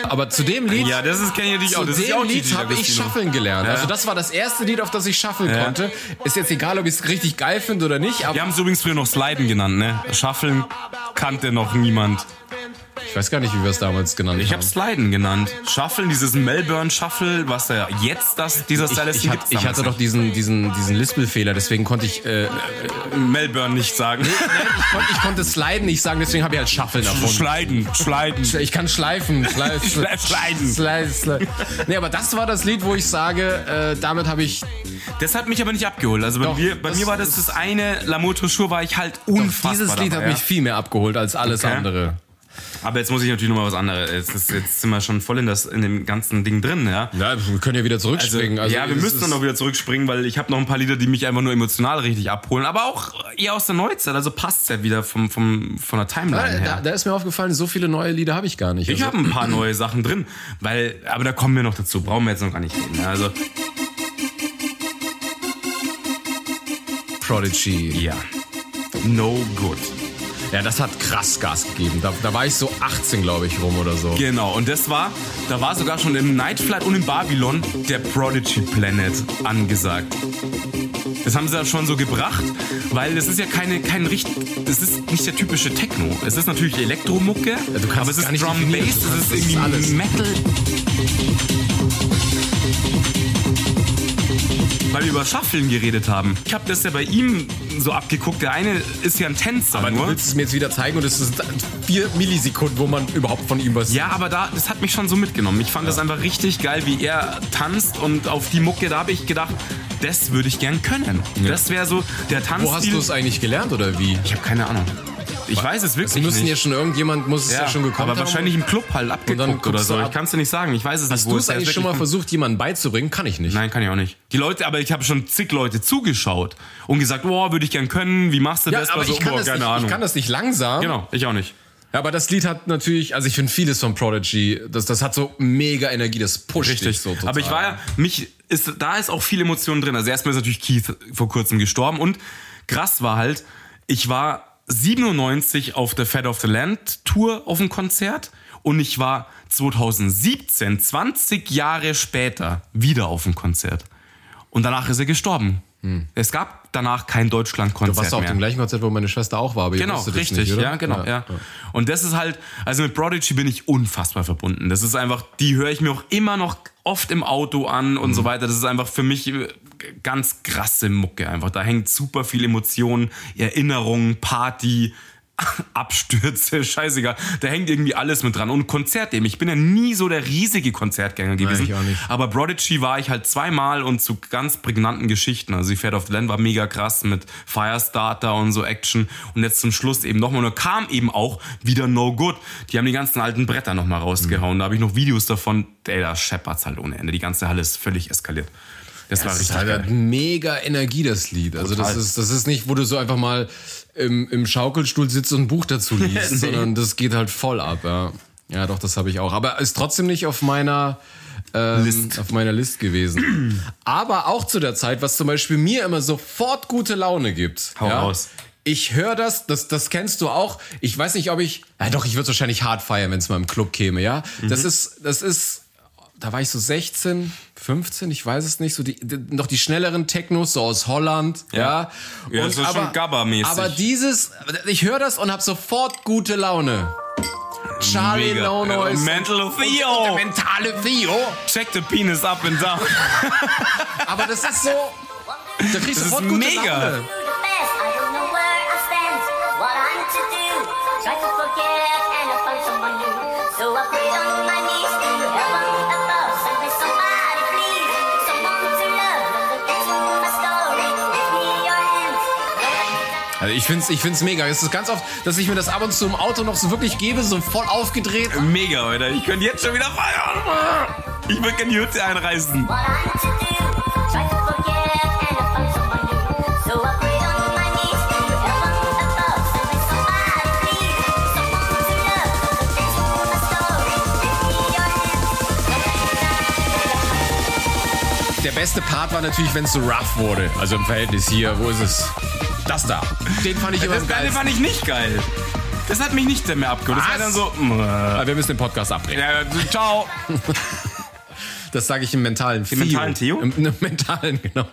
Speaker 1: Aber zu dem Lied.
Speaker 2: Ja, das ist kenne ich natürlich auch.
Speaker 1: Zu
Speaker 2: Das ist ja
Speaker 1: dem
Speaker 2: auch
Speaker 1: Lied
Speaker 2: Gigi
Speaker 1: habe ich
Speaker 2: D'Agostino.
Speaker 1: Schaffeln gelernt.
Speaker 2: Ja.
Speaker 1: Also das war das erste Lied, auf das ich Schaffeln
Speaker 2: Ja.
Speaker 1: konnte. Ist jetzt egal, ob ich es richtig geil finde oder nicht, aber
Speaker 2: Wir haben es übrigens früher noch Sliden genannt, ne? Schaffeln kannte noch niemand.
Speaker 1: ich weiß gar nicht, wie wir es damals genannt
Speaker 2: Ich
Speaker 1: haben.
Speaker 2: habe Sliden genannt. Shuffeln, dieses Melbourne Shuffle, was da jetzt das, dieser
Speaker 1: ich,
Speaker 2: Style ist,
Speaker 1: ich,
Speaker 2: den
Speaker 1: hab,
Speaker 2: gibt's
Speaker 1: ich
Speaker 2: damals
Speaker 1: hatte doch diesen, diesen, diesen Lispelfehler, deswegen konnte ich, äh, ich,
Speaker 2: nicht. Melbourne nicht sagen.
Speaker 1: konnte, ich konnte Sliden nicht sagen, deswegen habe ich halt Schaffeln erfunden.
Speaker 2: Schleiden, Schleiden.
Speaker 1: Ich kann schleifen. Schleifen.
Speaker 2: Schle- schleiden.
Speaker 1: Schleifen. Schle nee, aber das war das Lied, wo ich sage, äh, damit habe ich.
Speaker 2: Das hat mich aber nicht abgeholt. Also bei,
Speaker 1: Doch,
Speaker 2: mir, bei
Speaker 1: das
Speaker 2: mir war das das eine, La Moto Schuhe war ich halt unfassbar.
Speaker 1: dieses Lied
Speaker 2: dabei,
Speaker 1: hat mich viel mehr abgeholt als alles
Speaker 2: Okay.
Speaker 1: andere.
Speaker 2: ja. Aber jetzt muss ich natürlich nochmal was anderes. Jetzt, ist, jetzt sind wir schon voll in, das, in dem ganzen Ding drin, ja.
Speaker 1: Na, wir können ja wieder
Speaker 2: Also,
Speaker 1: zurückspringen.
Speaker 2: ja, wir müssen dann noch wieder zurückspringen, weil ich habe noch ein paar Lieder, die mich einfach nur emotional richtig abholen. Aber auch eher aus der Neuzeit, also passt ja wieder vom, vom, von der Timeline her.
Speaker 1: Äh, Da, da ist mir aufgefallen, so viele neue Lieder habe ich gar nicht. Also,
Speaker 2: Ich habe ein paar neue Sachen drin, ne? weil, aber da kommen wir noch dazu, brauchen wir jetzt noch gar nicht reden. Also,
Speaker 1: Prodigy.
Speaker 2: Ja. No good.
Speaker 1: Ja, das hat krass Gas gegeben. Da, da war ich so 18, glaube ich, rum oder so.
Speaker 2: Genau, und das war, da war sogar schon im Night Flight und im Babylon der Prodigy Planet angesagt. Das haben sie ja schon so gebracht, weil das ist ja keine, kein richt, das ist nicht der typische Techno. Es ist natürlich Elektromucke,
Speaker 1: du kannst
Speaker 2: aber es
Speaker 1: es
Speaker 2: ist
Speaker 1: gar nicht
Speaker 2: Drum and
Speaker 1: definieren.
Speaker 2: Bass,
Speaker 1: Du
Speaker 2: es
Speaker 1: kannst-
Speaker 2: ist
Speaker 1: das ist
Speaker 2: irgendwie
Speaker 1: alles.
Speaker 2: Metal. Weil wir über Schaffeln geredet haben. Ich habe das ja bei ihm so abgeguckt. Der eine ist ja ein Tänzer
Speaker 1: Aber
Speaker 2: nur.
Speaker 1: du willst es mir jetzt wieder zeigen und es sind vier Millisekunden, wo man überhaupt von ihm was.
Speaker 2: Ja, aber da, das hat mich schon so mitgenommen. Ich fand das einfach richtig geil, wie er tanzt und auf die Mucke, da habe ich gedacht, das würde ich gern können. Das wäre so der Tanz.
Speaker 1: Wo hast du es eigentlich gelernt oder wie?
Speaker 2: Ich habe keine Ahnung. Ich weiß es
Speaker 1: Es
Speaker 2: wirklich
Speaker 1: also müssen ja
Speaker 2: nicht.
Speaker 1: schon irgendjemand, muss es ja, schon gekommen
Speaker 2: aber
Speaker 1: haben.
Speaker 2: wahrscheinlich im Club halt
Speaker 1: dann
Speaker 2: abgeguckt
Speaker 1: guckst
Speaker 2: oder
Speaker 1: du
Speaker 2: so.
Speaker 1: ab.
Speaker 2: Ich kann es dir nicht sagen. Ich weiß es nicht.
Speaker 1: Hast
Speaker 2: wo
Speaker 1: du es eigentlich
Speaker 2: ist.
Speaker 1: schon mal
Speaker 2: Ich-
Speaker 1: versucht, jemandem beizubringen? Kann ich nicht.
Speaker 2: Nein, kann ich auch nicht. Die Leute, aber ich habe schon zig Leute zugeschaut und gesagt, oh, würde ich gern können. Wie machst du
Speaker 1: Ja,
Speaker 2: das?
Speaker 1: aber
Speaker 2: so,
Speaker 1: ich kann,
Speaker 2: boah,
Speaker 1: das
Speaker 2: keine
Speaker 1: nicht, ich
Speaker 2: Ahnung.
Speaker 1: kann das nicht langsam.
Speaker 2: genau, ich auch nicht.
Speaker 1: Ja, aber das Lied hat natürlich, also ich finde vieles von Prodigy, das, das hat so mega Energie, das pusht
Speaker 2: Richtig.
Speaker 1: dich so total.
Speaker 2: Aber ich war ja, mich ist, da ist auch viel Emotion drin. Also erstmal ist natürlich Keith vor kurzem gestorben und krass war halt, ich war 97 auf der Fed of the Land Tour auf dem Konzert und ich war 2017, 20 Jahre später, wieder auf dem Konzert. Und danach ist er gestorben. Es gab danach kein Deutschlandkonzert
Speaker 1: Hm. Du warst auf
Speaker 2: mehr.
Speaker 1: dem gleichen Konzert, wo meine Schwester auch war, aber ihr
Speaker 2: Genau,
Speaker 1: wusstet das
Speaker 2: richtig,
Speaker 1: nicht, oder?
Speaker 2: ja, genau, ja, Und das ist halt, also mit Prodigy bin ich unfassbar verbunden. Das ist einfach, die höre ich mir auch immer noch oft im Auto an
Speaker 1: Mhm.
Speaker 2: und so weiter. Das ist einfach für mich äh, ganz krasse Mucke einfach. Da hängt super viel Emotionen, Erinnerungen, Party, Abstürze, scheißegal. Da hängt irgendwie alles mit dran. Und Konzert eben. Ich bin ja nie so der riesige Konzertgänger gewesen.
Speaker 1: ich auch nicht.
Speaker 2: Aber Prodigy war ich halt zweimal und zu ganz prägnanten Geschichten. Also die Fed of the Land war mega krass mit Firestarter und so Action. Und jetzt zum Schluss eben nochmal. Und da kam eben auch wieder No Good. Die haben die ganzen alten Bretter nochmal rausgehauen. Da habe ich noch Videos davon. Ey, da scheppert's halt ohne Ende. Die ganze Halle ist völlig eskaliert. Das war
Speaker 1: Das
Speaker 2: richtig
Speaker 1: hat
Speaker 2: geil.
Speaker 1: halt mega Energie, das Lied. Also das
Speaker 2: Total.
Speaker 1: ist, das ist nicht, wo du so einfach mal im, im Schaukelstuhl sitzt und ein Buch dazu liest,
Speaker 2: Nee.
Speaker 1: sondern das geht halt voll ab, ja. Ja, doch, das habe ich auch. Aber ist trotzdem nicht auf meiner ähm,
Speaker 2: List.
Speaker 1: auf meiner List gewesen. Aber auch zu der Zeit, was zum Beispiel mir immer sofort gute Laune gibt.
Speaker 2: Hau raus.
Speaker 1: Ich höre das, das, das kennst du auch. Ich weiß nicht, ob ich. Ja doch, ich würde wahrscheinlich hart feiern, wenn es mal im Club käme, ja.
Speaker 2: Mhm.
Speaker 1: Das ist, das ist. Da war ich so 16, 15, ich weiß es nicht. So die, die, noch die schnelleren Technos, so aus Holland, ja.
Speaker 2: Ja, so schon Gabba-mäßig.
Speaker 1: Aber dieses, ich höre das und habe sofort gute Laune. Charlie
Speaker 2: Mega.
Speaker 1: No Noise.
Speaker 2: Mental
Speaker 1: und der
Speaker 2: Theo.
Speaker 1: mentale Theo.
Speaker 2: Check the penis up and down.
Speaker 1: Aber das ist so. Da kriegst du
Speaker 2: Das
Speaker 1: sofort
Speaker 2: ist
Speaker 1: gute
Speaker 2: mega.
Speaker 1: Laune. Also ich find's, ich find's mega. Es ist ganz oft, dass ich mir das ab und zu im Auto noch so wirklich gebe, so voll aufgedreht.
Speaker 2: Mega, Alter. Ich könnte jetzt schon wieder feiern. Ich würde gerne die Hütte einreißen.
Speaker 1: Der beste Part war natürlich, wenn's so rough wurde. Also im Verhältnis hier, wo ist es? Das da. Den fand ich immer
Speaker 2: Das
Speaker 1: geil.
Speaker 2: Geile fand ich nicht geil. Das hat mich nicht mehr abgeholt. Das war
Speaker 1: Was?
Speaker 2: dann so, mm,
Speaker 1: Aber Ah, wir müssen den Podcast abbrechen.
Speaker 2: äh, ja, ciao.
Speaker 1: Das sage ich im mentalen Theo.
Speaker 2: mentalen Theo?
Speaker 1: Im, im mentalen, genau.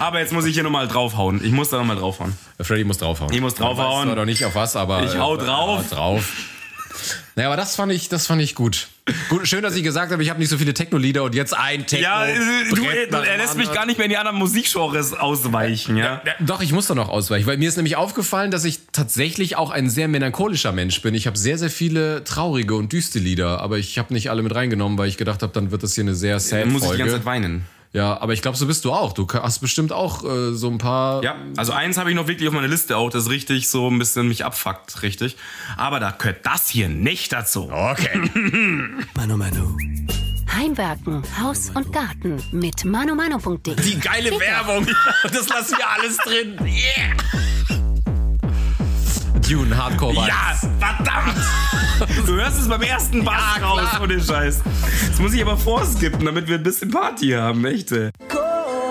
Speaker 2: Aber jetzt muss ich hier nochmal draufhauen. Ich muss da nochmal draufhauen.
Speaker 1: Freddy muss draufhauen.
Speaker 2: Ich muss draufhauen.
Speaker 1: Ich weiß zwar noch nicht auf was, aber.
Speaker 2: Ich hau
Speaker 1: äh,
Speaker 2: drauf.
Speaker 1: hau drauf. Naja, aber das fand ich, das fand ich gut. gut. Schön, dass ich gesagt habe, ich habe nicht so viele Techno-Lieder und jetzt ein Techno.
Speaker 2: Ja, äh, du, äh, er lässt mich gar nicht mehr in die anderen Musikgenres ausweichen, ja.
Speaker 1: Doch, ich muss da noch ausweichen, weil mir ist nämlich aufgefallen, dass ich tatsächlich auch ein sehr melancholischer Mensch bin. Ich habe sehr, sehr viele traurige und düste Lieder, aber ich habe nicht alle mit reingenommen, weil ich gedacht habe, dann wird das hier eine sehr sad
Speaker 2: Dann muss ich die
Speaker 1: Folge.
Speaker 2: ganze Zeit weinen.
Speaker 1: ja, aber ich glaube, so bist du auch. Du hast bestimmt auch äh, so ein paar.
Speaker 2: Ja, also eins habe ich noch wirklich auf meiner Liste auch, das richtig so ein bisschen mich abfuckt, richtig. Aber da gehört das hier nicht dazu.
Speaker 1: Okay.
Speaker 8: Manu Manu.
Speaker 9: Heimwerken, Haus und Garten mit manomano.de.
Speaker 1: Die geile Werbung. Das lassen wir alles drin. Yeah. Dune Hardcore Vibes.
Speaker 2: Ja, verdammt! Du hörst es beim ersten Bass raus, ohne Scheiß. Jetzt muss ich aber vorskippen, damit wir ein bisschen Party haben, echt. ey.
Speaker 3: Cool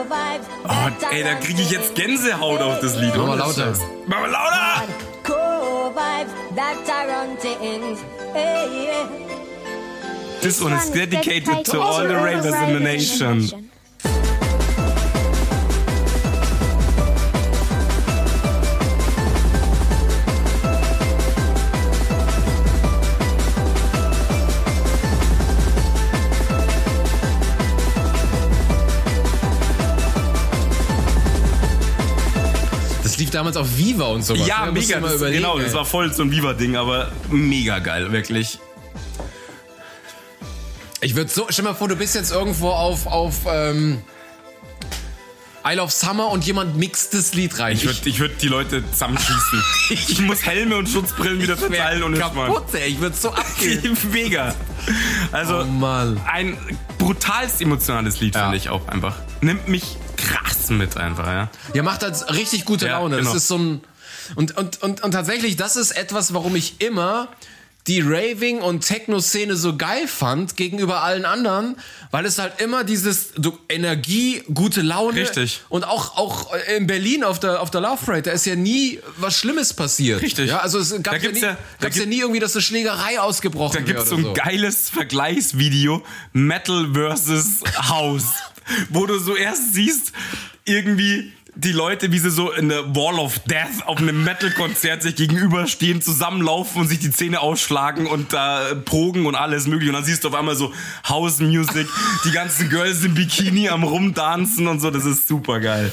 Speaker 3: vibes,
Speaker 2: Oh, ey, da kriege ich jetzt Gänsehaut auf das Lied.
Speaker 1: Mach mal
Speaker 2: Ohne
Speaker 1: lauter.
Speaker 2: Scheiß. Mach mal lauter!
Speaker 10: Cool vibes that are on the end. Hey, yeah.
Speaker 2: This one is dedicated to all the ravers in the nation.
Speaker 1: Das lief damals auf Viva und sowas.
Speaker 2: Ja,
Speaker 1: ne? Musst du
Speaker 2: mega.
Speaker 1: mal
Speaker 2: Das,
Speaker 1: überlegen,
Speaker 2: genau, das
Speaker 1: ey.
Speaker 2: war voll so ein Viva-Ding, aber mega geil, wirklich.
Speaker 1: Ich würde so, stell mal vor, du bist jetzt irgendwo auf, auf ähm, Isle of Summer und jemand mixt das Lied rein.
Speaker 2: Ich würde ich würd die Leute zusammenschießen. ich muss Helme und Schutzbrillen wieder
Speaker 1: wär
Speaker 2: verteilen und jetzt mal.
Speaker 1: kaputt, ey. Ich würde so abgehen.
Speaker 2: Mega. Also
Speaker 1: Oh Mann.
Speaker 2: ein brutalst emotionales Lied,
Speaker 1: Ja.
Speaker 2: finde ich auch einfach. Nimmt mich krass mit einfach, ja.
Speaker 1: Ja, macht das richtig gute
Speaker 2: Ja,
Speaker 1: Laune.
Speaker 2: genau.
Speaker 1: Das ist so ein. Und, und, und, und tatsächlich, das ist etwas, warum ich immer die Raving- und Techno-Szene so geil fand gegenüber allen anderen, weil es halt immer dieses du, Energie, gute Laune.
Speaker 2: Richtig.
Speaker 1: Und auch, auch in Berlin auf der, auf der Love Parade, da ist ja nie was Schlimmes passiert.
Speaker 2: Richtig.
Speaker 1: Ja, also es
Speaker 2: Da
Speaker 1: gab ja,
Speaker 2: gibt's
Speaker 1: nie,
Speaker 2: ja- da
Speaker 1: gab's ja
Speaker 2: gibt-
Speaker 1: nie irgendwie, dass eine Schlägerei ausgebrochen
Speaker 2: Da gibt
Speaker 1: wäre
Speaker 2: es so
Speaker 1: oder
Speaker 2: ein
Speaker 1: so.
Speaker 2: geiles Vergleichsvideo, Metal versus House, wo du so erst siehst, irgendwie die Leute, wie sie so in der Wall of Death auf einem Metal-Konzert sich gegenüberstehen, zusammenlaufen und sich die Zähne ausschlagen und da progen und alles mögliche. Und dann siehst du auf einmal so House Music, die ganzen Girls im Bikini am Rumdanzen und so. Das ist super geil.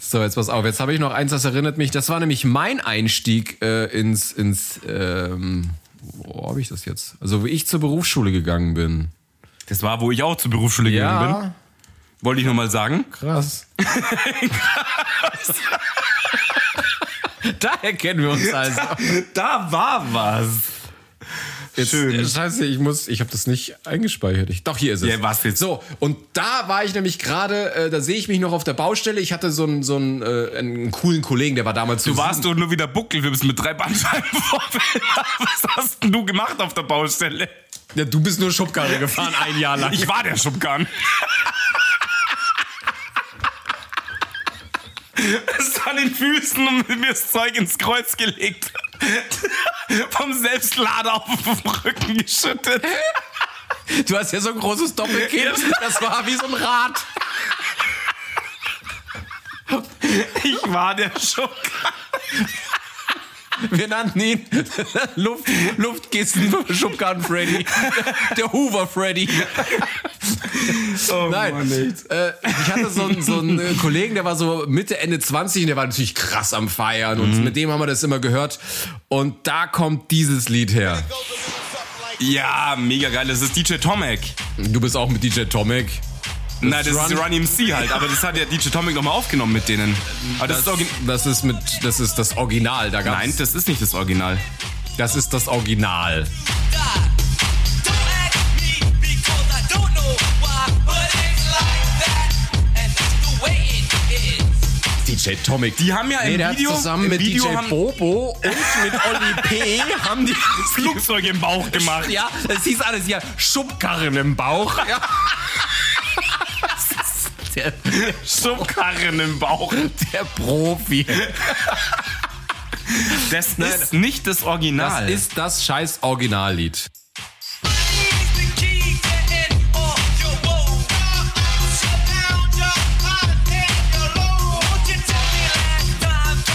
Speaker 1: So, jetzt pass auf. Jetzt habe ich noch eins, das erinnert mich. Das war nämlich mein Einstieg äh, ins. ins ähm, wo habe ich das jetzt? Also, wie ich zur Berufsschule gegangen bin.
Speaker 2: Das war, wo ich auch zur Berufsschule gegangen bin. Wollte ich nochmal sagen.
Speaker 1: krass. Daher kennen wir uns also.
Speaker 2: Da war was.
Speaker 1: Jetzt, äh, Scheiße, ich muss, ich habe das nicht eingespeichert. Ich, doch, hier ist es.
Speaker 2: Ja, was jetzt?
Speaker 1: So, und da war ich nämlich gerade, äh, da sehe ich mich noch auf der Baustelle. Ich hatte so einen, so einen, äh, einen coolen Kollegen, der war damals
Speaker 2: Du warst doch nur wieder Buckelwips mit drei Bandscheiben vorwärts. Was hast denn du gemacht auf der Baustelle?
Speaker 1: Ja, du bist nur Schubkarre gefahren, Ah, ein Jahr lang.
Speaker 2: Ich war der Schubkarren. Es an den Füßen und mir das Zeug ins Kreuz gelegt. Vom Selbstlader auf den Rücken geschüttet.
Speaker 1: Du hast ja so ein großes Doppelkinn. Das war wie so ein Rad.
Speaker 2: Ich war der Schubkarren.
Speaker 1: Wir nannten ihn Luft, Luftkissen Schubkarren Freddy. Der Hoover Freddy.
Speaker 2: Oh
Speaker 1: Nein. äh, ich hatte so einen, so einen äh, Kollegen, der war so Mitte, Ende 20 und der war natürlich krass am Feiern
Speaker 2: Mhm.
Speaker 1: und mit dem haben wir das immer gehört. Und da kommt dieses Lied her.
Speaker 2: Ja, mega geil. Das ist DJ Tomek.
Speaker 1: Du bist auch mit DJ Tomek.
Speaker 2: Nein, das ist Run MC halt. Aber das hat ja DJ Tomek nochmal aufgenommen mit denen. Aber Ah, das, ist
Speaker 1: Das,
Speaker 2: Origi-
Speaker 1: das ist mit, das ist das Original. Da gab's,
Speaker 2: Nein, das ist nicht das Original.
Speaker 1: das ist das Original. DJ Tomic.
Speaker 2: Die haben ja
Speaker 1: nee,
Speaker 2: im
Speaker 1: der
Speaker 2: Video
Speaker 1: hat zusammen
Speaker 2: im
Speaker 1: mit
Speaker 2: Video
Speaker 1: DJ
Speaker 2: haben-
Speaker 1: Bobo und mit Oli P. haben die
Speaker 2: Flugzeug im Bauch gemacht.
Speaker 1: Ja, es hieß alles hier Schubkarren im Bauch. Ja. Der,
Speaker 2: Schubkarren im Bauch.
Speaker 1: der Profi.
Speaker 2: Das ist nicht das
Speaker 1: Das
Speaker 2: Original.
Speaker 1: ist das scheiß Originallied.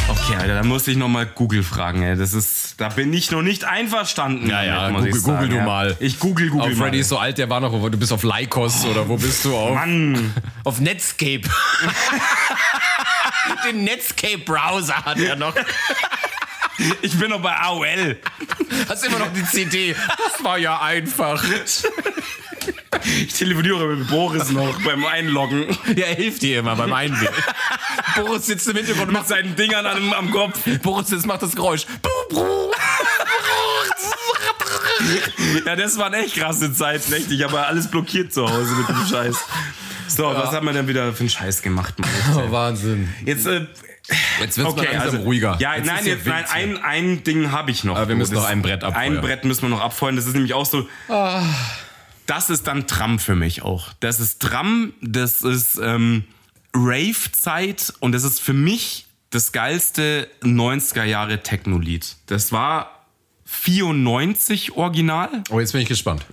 Speaker 2: okay, Alter, da muss ich nochmal Google fragen, ey. Das ist, da bin ich noch nicht einverstanden.
Speaker 1: Ja, ja,
Speaker 2: damit, muss ich
Speaker 1: google, google
Speaker 2: sagen,
Speaker 1: du
Speaker 2: ja.
Speaker 1: mal.
Speaker 2: Ich google, google
Speaker 1: Oh,
Speaker 2: mal.
Speaker 1: Freddy ist so alt, der war noch, du bist auf Lycos oder wo bist du? Auf,
Speaker 2: Mann.
Speaker 1: auf Netscape. Den Netscape-Browser hat er noch.
Speaker 2: Ich bin noch bei AOL.
Speaker 1: Hast immer noch die CD. Das war ja einfach.
Speaker 2: Ich telefoniere mit Boris noch beim Einloggen.
Speaker 1: Der hilft dir immer beim Einwählen. Boris sitzt im Hintergrund und
Speaker 2: Mit
Speaker 1: macht sein.
Speaker 2: seinen Dingern am, am Kopf.
Speaker 1: Boris jetzt macht das Geräusch.
Speaker 2: Ja, das waren echt krasse Zeiten, echt. Ich habe alles blockiert zu Hause mit dem Scheiß. So, was haben wir denn wieder für einen Scheiß gemacht, Mann?
Speaker 1: Oh, Wahnsinn.
Speaker 2: Jetzt, äh, also,
Speaker 1: Jetzt wird's mal langsam ruhiger.
Speaker 2: Ja,
Speaker 1: Jetzt
Speaker 2: nein,
Speaker 1: ist hier
Speaker 2: jetzt, nein,
Speaker 1: Wind hier.
Speaker 2: ein, ein Ding habe ich noch.
Speaker 1: Aber wir müssen
Speaker 2: Das-
Speaker 1: noch ein Brett abfeuern. Ah.
Speaker 2: Ein Brett müssen wir noch abfeuern. Das ist nämlich auch so. Das ist dann Tram für mich auch. Das ist Tram, das ist ähm, Rave-Zeit und es ist für mich das geilste 90er Jahre Techno-Lied. Das war 94 original.
Speaker 1: Oh, jetzt bin ich gespannt.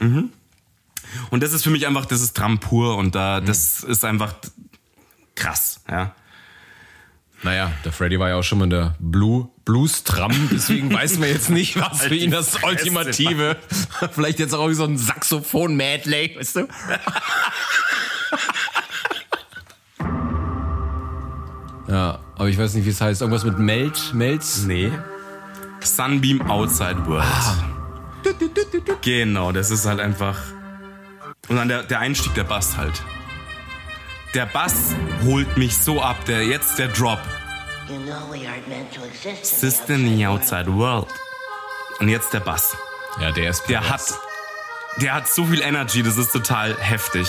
Speaker 2: Und das ist für mich einfach, das ist Tram pur und da, das ist einfach krass, ja.
Speaker 1: Naja, der Freddy war ja auch schon mal in der Blue, Blues Tram, deswegen weiß man jetzt nicht, was für ihn das Ultimative. Vielleicht jetzt auch irgendwie so ein Saxophon-Medley, weißt du? ja, aber ich weiß nicht, wie es heißt. Irgendwas mit Melt, Melz?
Speaker 2: Nee. Sunbeam Outside World. Genau, das ist halt einfach. Und dann der, der Einstieg, der Bass halt. Der Bass holt mich so ab, der jetzt der Drop.
Speaker 11: You know we aren't meant to exist in the
Speaker 2: Sister in the Outside World. Und jetzt der Bass.
Speaker 1: Ja, der ist
Speaker 2: Der hat, der hat so viel Energy, das ist total heftig.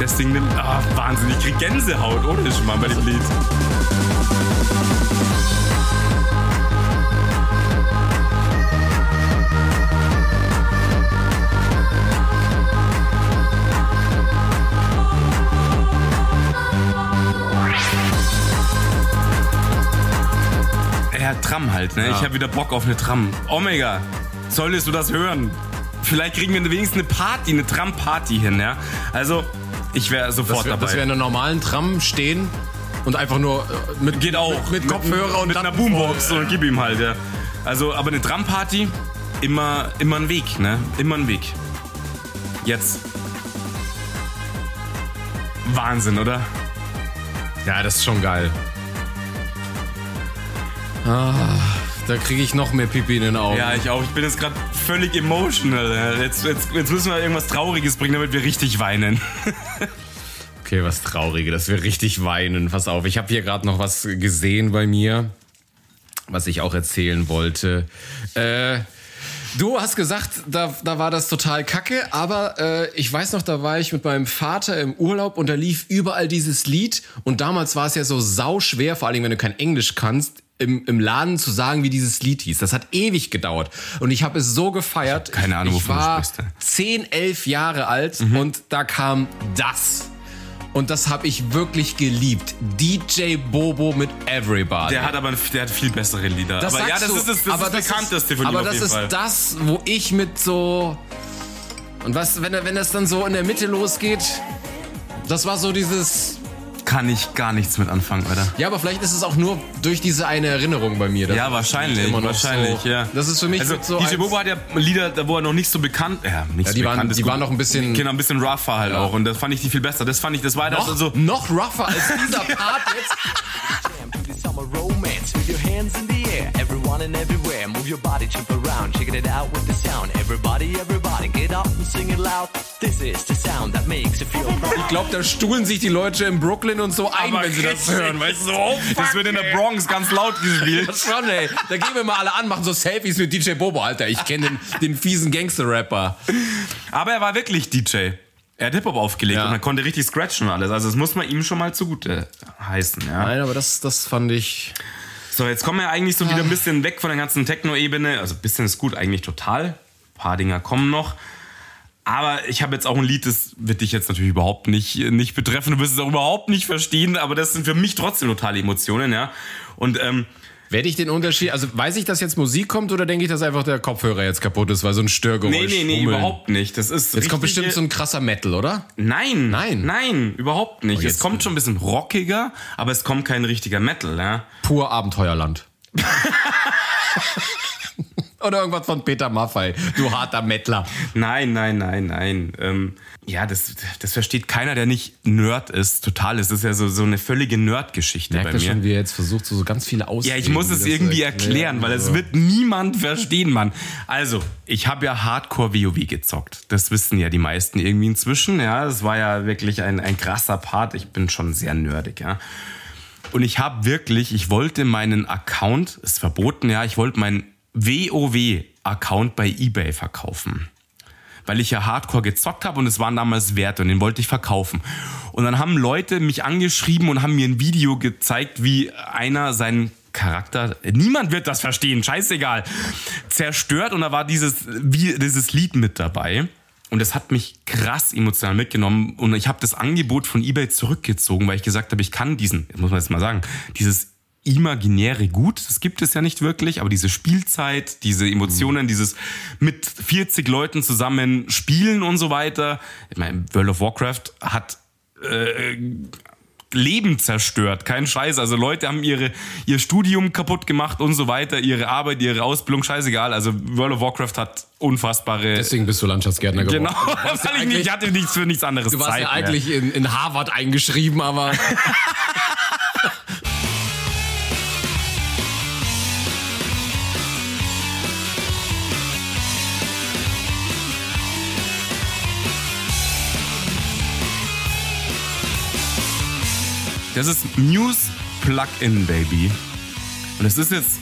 Speaker 2: Das Ding nimmt, ah, Wahnsinn, ich krieg Gänsehaut, ohne Schmarrn bei dem Lied. Ja, Tram halt, ne? Ich habe wieder Bock auf eine Tram. Omega, solltest du das hören? Vielleicht kriegen wir wenigstens eine Party, eine Tram-Party hin, ja? Also, ich wäre
Speaker 1: dass
Speaker 2: sofort
Speaker 1: wir,
Speaker 2: dabei.
Speaker 1: dass wir in einer normalen Tram stehen und einfach nur äh, mit,
Speaker 2: Geht auch.
Speaker 1: mit, mit Kopfhörer und Oh.
Speaker 2: mit
Speaker 1: dann
Speaker 2: einer Boombox und gib ihm halt, ja. Also, aber eine Tram-Party, immer, immer ein Weg, ne? Immer ein Weg. Jetzt. Wahnsinn, oder?
Speaker 1: Ja, das ist schon geil. Ah, da kriege ich noch mehr Pipi in den Augen.
Speaker 2: Ja, ich auch. Ich bin jetzt gerade völlig emotional. ja. Jetzt, jetzt, jetzt müssen wir irgendwas Trauriges bringen, damit wir richtig weinen.
Speaker 1: Okay, was Traurige, dass wir richtig weinen. Pass auf, ich habe hier gerade noch was gesehen bei mir, was ich auch erzählen wollte. Äh, du hast gesagt, da, da war das total kacke, aber äh, ich weiß noch, da war ich mit meinem Vater im Urlaub und da lief überall dieses Lied und damals war es ja so sauschwer, vor allem wenn du kein Englisch kannst. Im, Im Laden zu sagen, wie dieses Lied hieß. Das hat ewig gedauert. Und ich habe es so gefeiert.
Speaker 2: keine Ahnung,
Speaker 1: ich
Speaker 2: wovon du
Speaker 1: war
Speaker 2: sprichst.
Speaker 1: 10, 11 Jahre alt und da kam das. Und das habe ich wirklich geliebt. DJ Bobo mit Everybody.
Speaker 2: Der hat aber der hat viel bessere Lieder.
Speaker 1: das
Speaker 2: aber ja,
Speaker 1: sagst
Speaker 2: das
Speaker 1: du,
Speaker 2: ist das, das,
Speaker 1: aber
Speaker 2: ist das bekannteste von ihm
Speaker 1: Aber
Speaker 2: auf
Speaker 1: das
Speaker 2: jeden
Speaker 1: ist
Speaker 2: Fall.
Speaker 1: das, wo ich mit so. Und was, wenn, wenn das dann so in der Mitte losgeht, das war so dieses.
Speaker 2: Kann ich gar nichts mit anfangen, Alter.
Speaker 1: Ja, aber vielleicht ist es auch nur durch diese eine Erinnerung bei mir. dass
Speaker 2: Ja,
Speaker 1: das
Speaker 2: wahrscheinlich,
Speaker 1: immer noch
Speaker 2: wahrscheinlich,
Speaker 1: so,
Speaker 2: ja.
Speaker 1: Das ist für mich
Speaker 2: also,
Speaker 1: so.
Speaker 2: DJ
Speaker 1: als-
Speaker 2: Bobo hat ja Lieder, da wo er noch nicht so bekannt, ja, nicht
Speaker 1: Ja,
Speaker 2: so
Speaker 1: die waren-
Speaker 2: bekannt ist
Speaker 1: die
Speaker 2: gut.
Speaker 1: waren noch ein bisschen-
Speaker 2: Kinder ein bisschen rougher halt
Speaker 1: Ja.
Speaker 2: auch und das fand ich die viel besser. Das fand ich, das war das
Speaker 1: noch,
Speaker 2: also
Speaker 1: noch rougher als dieser Part jetzt.
Speaker 5: Summer romance with your hands in the air, everyone and everywhere. Move your body, jump around, checking it out with the sound. Everybody, everybody, get up and sing it loud. This is the sound that makes you feel proud.
Speaker 1: Ich glaube, da stuhlen sich die Leute in Brooklyn und so ein,
Speaker 2: Aber
Speaker 1: wenn sie das
Speaker 2: richtig.
Speaker 1: hören, weißt du? So, oh, fuck,
Speaker 2: das wird in
Speaker 1: ey.
Speaker 2: der Bronx ganz laut gespielt.
Speaker 1: Das schon, ey. Da gehen wir mal alle an, machen so Selfies mit DJ Bobo, Alter. Ich kenne den, den fiesen Gangster-Rapper.
Speaker 2: Aber er war wirklich DJ. Er hat Hip-Hop aufgelegt
Speaker 1: Ja.
Speaker 2: und man konnte richtig scratchen und alles. Also das muss man ihm schon mal zugute äh, heißen, ja.
Speaker 1: Nein, aber das, das fand ich.
Speaker 2: So, jetzt kommen wir eigentlich so wieder
Speaker 1: Ah.
Speaker 2: ein bisschen weg von der ganzen Techno-Ebene. Also ein bisschen ist gut, eigentlich total. Ein paar Dinger kommen noch. Aber ich habe jetzt auch ein Lied, das wird dich jetzt natürlich überhaupt nicht, nicht betreffen. Du wirst es auch überhaupt nicht verstehen, aber das sind für mich trotzdem totale Emotionen, ja. Und ähm,
Speaker 1: Werde ich den Unterschied. Also weiß ich, dass jetzt Musik kommt oder denke ich, dass einfach der Kopfhörer jetzt kaputt ist, weil so ein Störgeräusch.
Speaker 2: nee, nee, nee,
Speaker 1: Hummeln.
Speaker 2: überhaupt nicht. Das ist
Speaker 1: Jetzt kommt
Speaker 2: richtige-
Speaker 1: bestimmt so ein krasser Metal, oder?
Speaker 2: Nein,
Speaker 1: Nein. Oh,
Speaker 2: nein, überhaupt nicht.
Speaker 1: jetzt-
Speaker 2: es kommt schon ein bisschen rockiger, aber es kommt kein richtiger Metal, ja.
Speaker 1: Pur Abenteuerland. oder irgendwas von Peter Maffei. Du harter Mettler.
Speaker 2: Nein, nein, nein, nein. Ähm, ja, das, das versteht keiner, der nicht Nerd ist. Total. Es ist ja so, so eine völlige Nerd-Geschichte bei mir.
Speaker 1: wie er jetzt versucht, so, so ganz viele aus.
Speaker 2: ja, ich muss es irgendwie erklären, weil es wird niemand verstehen, Mann. Also, ich habe ja Hardcore WoW gezockt. Das wissen ja die meisten irgendwie inzwischen. Ja, das war ja wirklich ein, ein krasser Part. Ich bin schon sehr nerdig, ja. Und ich habe wirklich, ich wollte meinen Account, ist verboten, ja, ich wollte meinen WoW-Account bei eBay verkaufen weil ich ja Hardcore gezockt habe und es waren damals Werte und den wollte ich verkaufen. Und dann haben Leute mich angeschrieben und haben mir ein Video gezeigt, wie einer seinen Charakter, niemand wird das verstehen, scheißegal, zerstört und da war dieses, wie, dieses Lied mit dabei. Und das hat mich krass emotional mitgenommen. Und ich habe das Angebot von eBay zurückgezogen, weil ich gesagt habe, ich kann diesen, das muss man jetzt mal sagen, dieses imaginäre Gut, das gibt es ja nicht wirklich, aber diese Spielzeit, diese Emotionen, dieses mit 40 Leuten zusammen spielen und so weiter. Ich meine, World of Warcraft hat äh, Leben zerstört, kein Scheiß. Also Leute haben ihre, ihr Studium kaputt gemacht und so weiter, ihre Arbeit, ihre Ausbildung, scheißegal. Also World of Warcraft hat unfassbare...
Speaker 1: Deswegen bist du Landschaftsgärtner geworden.
Speaker 2: genau, weil ich, nicht, ich hatte nichts für nichts anderes
Speaker 1: Du warst
Speaker 2: Zeit
Speaker 1: ja
Speaker 2: mehr.
Speaker 1: eigentlich in, in Harvard eingeschrieben, aber
Speaker 2: Das ist Muse Plug-in Baby. Und es ist jetzt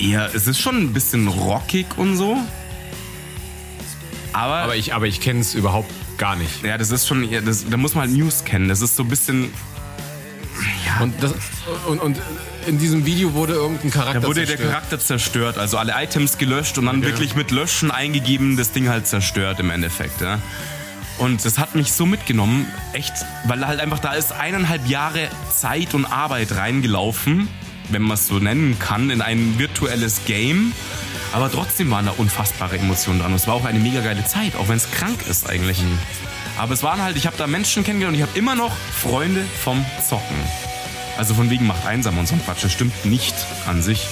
Speaker 2: eher, es ist schon ein bisschen rockig und so. Aber, aber
Speaker 1: ich, aber ich kenne es überhaupt gar nicht.
Speaker 2: Ja, das ist schon, eher- das, da muss man halt Muse kennen. Das ist so ein bisschen,
Speaker 1: Und, das, und, und in diesem Video wurde irgendein Charakter
Speaker 2: da wurde
Speaker 1: zerstört.
Speaker 2: der Charakter zerstört. Also alle Items gelöscht und dann
Speaker 1: Ja.
Speaker 2: wirklich mit Löschen eingegeben, das Ding halt zerstört im Endeffekt. Ja. Und das hat mich so mitgenommen, echt, weil halt einfach da ist eineinhalb Jahre Zeit und Arbeit reingelaufen, wenn man es so nennen kann, in ein virtuelles Game. Aber trotzdem waren da unfassbare Emotionen dran. Und es war auch eine mega geile Zeit, auch wenn es krank ist eigentlich.
Speaker 1: Mhm.
Speaker 2: Aber es waren halt, ich habe da Menschen kennengelernt und ich habe immer noch Freunde vom Zocken. Also von wegen macht einsam und so ein Quatsch. Das stimmt nicht an sich.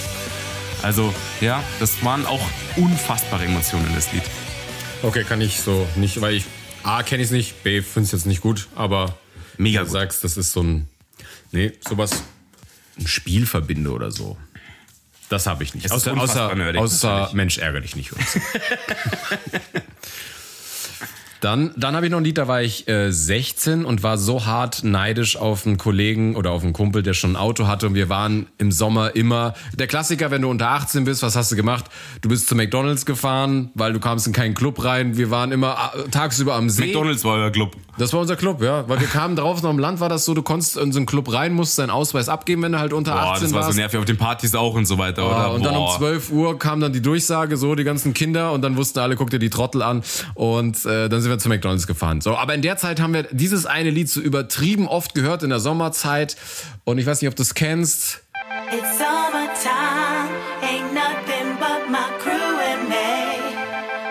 Speaker 2: Also ja, das waren auch unfassbare Emotionen, das Lied.
Speaker 1: Okay, kann ich so nicht, weil ich A kenne ich es nicht, B finde es jetzt nicht gut, aber mega du sagst, das ist so ein nee, sowas ein Spiel verbinde oder so. Das habe ich nicht.
Speaker 2: Es ist
Speaker 1: Außer,
Speaker 2: unfassbar
Speaker 1: außer,
Speaker 2: nerdig,
Speaker 1: außer
Speaker 2: natürlich.
Speaker 1: Mensch ärgere dich nicht. um Jungs. Dann, dann habe ich noch ein Lied, da war ich äh, 16 und war so hart neidisch auf einen Kollegen oder auf einen Kumpel, der schon ein Auto hatte. Und wir waren im Sommer immer. Der Klassiker, wenn du unter 18 bist, was hast du gemacht? Du bist zu McDonalds gefahren, weil du kamst in keinen Club rein. Wir waren immer äh, tagsüber am See.
Speaker 2: McDonalds war euer Club.
Speaker 1: Das war unser Club, ja. Weil wir kamen drauf, noch im Land war das so, du konntest in so einen Club rein, musst deinen Ausweis abgeben, wenn du halt unter
Speaker 2: Boah,
Speaker 1: 18
Speaker 2: das war
Speaker 1: warst.
Speaker 2: so nervig auf den Partys auch und so weiter,
Speaker 1: Ah,
Speaker 2: oder?
Speaker 1: und dann um
Speaker 2: Boah.
Speaker 1: 12 Uhr kam dann die Durchsage, so die ganzen Kinder und dann wussten alle, guck dir die Trottel an und äh, dann sind wir zu McDonalds gefahren. So, aber in der Zeit haben wir dieses eine Lied so übertrieben oft gehört in der Sommerzeit und ich weiß nicht, ob du es kennst.
Speaker 12: It's summertime, ain't nothing but my crew and me.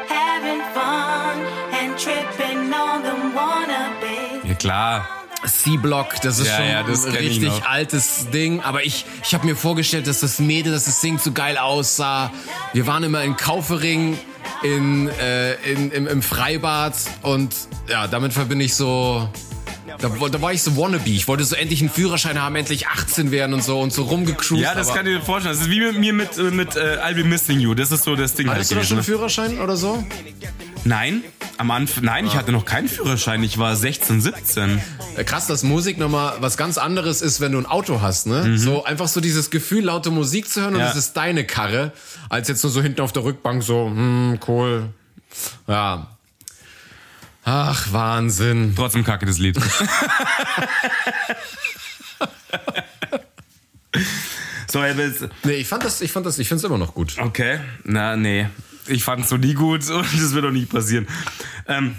Speaker 12: Having fun and tripping on the wannabes.
Speaker 2: Ja klar.
Speaker 1: C-Block, das ist
Speaker 2: Ja,
Speaker 1: schon
Speaker 2: ja, das
Speaker 1: ein
Speaker 2: kenn ich
Speaker 1: richtig
Speaker 2: noch.
Speaker 1: altes Ding, aber ich, ich habe mir vorgestellt, dass das Mädel, dass das Ding so geil aussah. Wir waren immer in Kaufering, in, äh, in, im, im Freibad und ja, damit verbinde ich so... Da, wo- da war ich so wannabe. Ich wollte so endlich einen Führerschein haben, endlich 18 werden und so und so rumgecruised.
Speaker 2: Ja, das
Speaker 1: aber-
Speaker 2: kann ich mir vorstellen. Das ist wie mit mir mit, äh, mit äh, I'll Be Missing You. Das ist so das Ding
Speaker 1: Hattest du da
Speaker 2: halt
Speaker 1: schon einen
Speaker 2: gewesen.
Speaker 1: Führerschein oder so?
Speaker 2: Nein, am Anfang. Nein,
Speaker 1: Ah.
Speaker 2: ich hatte noch keinen Führerschein. Ich war 16, 17.
Speaker 1: Äh, Krass, dass Musik nochmal was ganz anderes ist, wenn du ein Auto hast, ne? So einfach so dieses Gefühl, laute Musik zu hören
Speaker 2: Mhm. Ja.
Speaker 1: und es ist deine Karre, als jetzt nur so hinten auf der Rückbank so, hm, cool. Ja. Ach, Wahnsinn.
Speaker 2: Trotzdem kacke das Lied. so, jetzt.
Speaker 1: Nee, ich fand das, ich fand das, ich find's immer noch gut.
Speaker 2: Okay, na, nee. Ich fand's so nie gut und das wird auch nicht passieren. Ähm,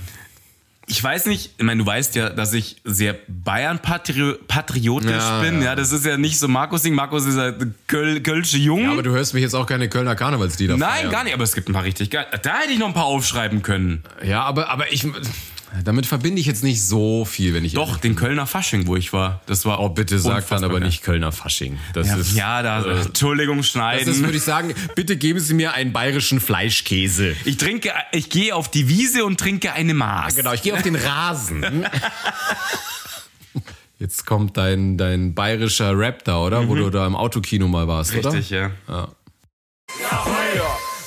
Speaker 2: ich weiß nicht, ich meine, du weißt ja, dass ich sehr Bayern-patriotisch
Speaker 1: Ja,
Speaker 2: bin.
Speaker 1: ja.
Speaker 2: Ja. das ist ja nicht so Markus-Ding. Markus ist ja Köl Kölsche Jung.
Speaker 1: Ja, aber du hörst mich jetzt auch keine Kölner Karnevalslieder
Speaker 2: Nein,
Speaker 1: feiern.
Speaker 2: gar nicht, aber es gibt ein paar richtig geil. Da hätte ich noch ein paar aufschreiben können.
Speaker 1: Ja, aber, aber ich, damit verbinde ich jetzt nicht so viel, wenn ich.
Speaker 2: Doch, den Kölner Fasching, wo ich war. Das war
Speaker 1: Oh, bitte sag dann
Speaker 2: unfassbar
Speaker 1: aber
Speaker 2: geil.
Speaker 1: nicht Kölner Fasching. Das
Speaker 2: Ja,
Speaker 1: ist.
Speaker 2: ja da,
Speaker 1: äh,
Speaker 2: Entschuldigung,
Speaker 1: das
Speaker 2: schneiden.
Speaker 1: ist, würde ich sagen, bitte geben Sie mir einen bayerischen Fleischkäse.
Speaker 2: ich trinke, ich gehe auf die Wiese und trinke eine Maß.
Speaker 1: Genau, ich gehe auf den Rasen. Jetzt kommt dein, dein bayerischer Rap da,
Speaker 2: Mhm.
Speaker 1: oder? Wo du da im Autokino mal warst, oder?
Speaker 2: Richtig, ja.
Speaker 1: Ja.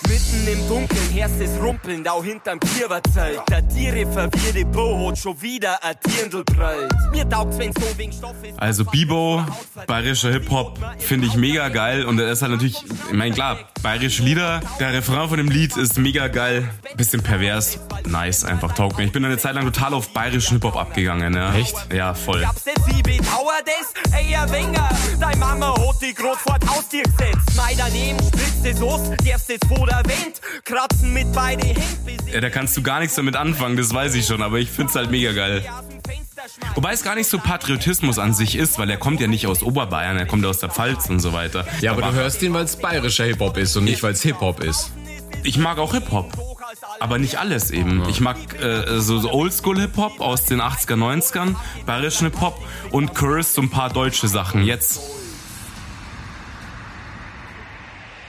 Speaker 13: Mitten im Dunkeln hörst das Rumpeln, da hinterm Kieferzelt. Der Tiere verwirrte Bo hat schon wieder ein Dirndl prallt. Mir taugt's, wenn's so wegen Stoff ist.
Speaker 2: Also Bibo, bayerischer Hip-Hop, finde ich mega geil. Und er ist halt natürlich, ich meine klar, bayerische Lieder. Der Refrain von dem Lied ist mega geil. Bisschen pervers. Nice, einfach taugt mir. Ich bin eine Zeit lang total auf bayerischen Hip-Hop abgegangen. Ne? Echt? Ja, voll.
Speaker 13: Gab's das, ich bedauer das, ey, ein Wenger. Deine Mama hat die groß vor das Haustier gesetzt. Mei daneben spritzt es aus, darfst jetzt vor der Wind. Kratzen mit beide Händen.
Speaker 2: Ja, da kannst du gar nichts damit anfangen, das weiß ich schon. Aber ich find's halt mega geil. Wobei es gar nicht so Patriotismus an sich ist, weil er kommt ja nicht aus Oberbayern, er kommt aus der Pfalz und so weiter.
Speaker 1: Ja, aber du hörst ihn, weil es bayerischer Hip-Hop ist und nicht, weil es Hip-Hop ist.
Speaker 2: Ich mag auch Hip-Hop. Aber nicht alles eben. Ich mag äh, so, so Oldschool-Hip-Hop aus den 80er, 90ern, bayerischen Hip-Hop und Curse, so ein paar deutsche Sachen. Jetzt.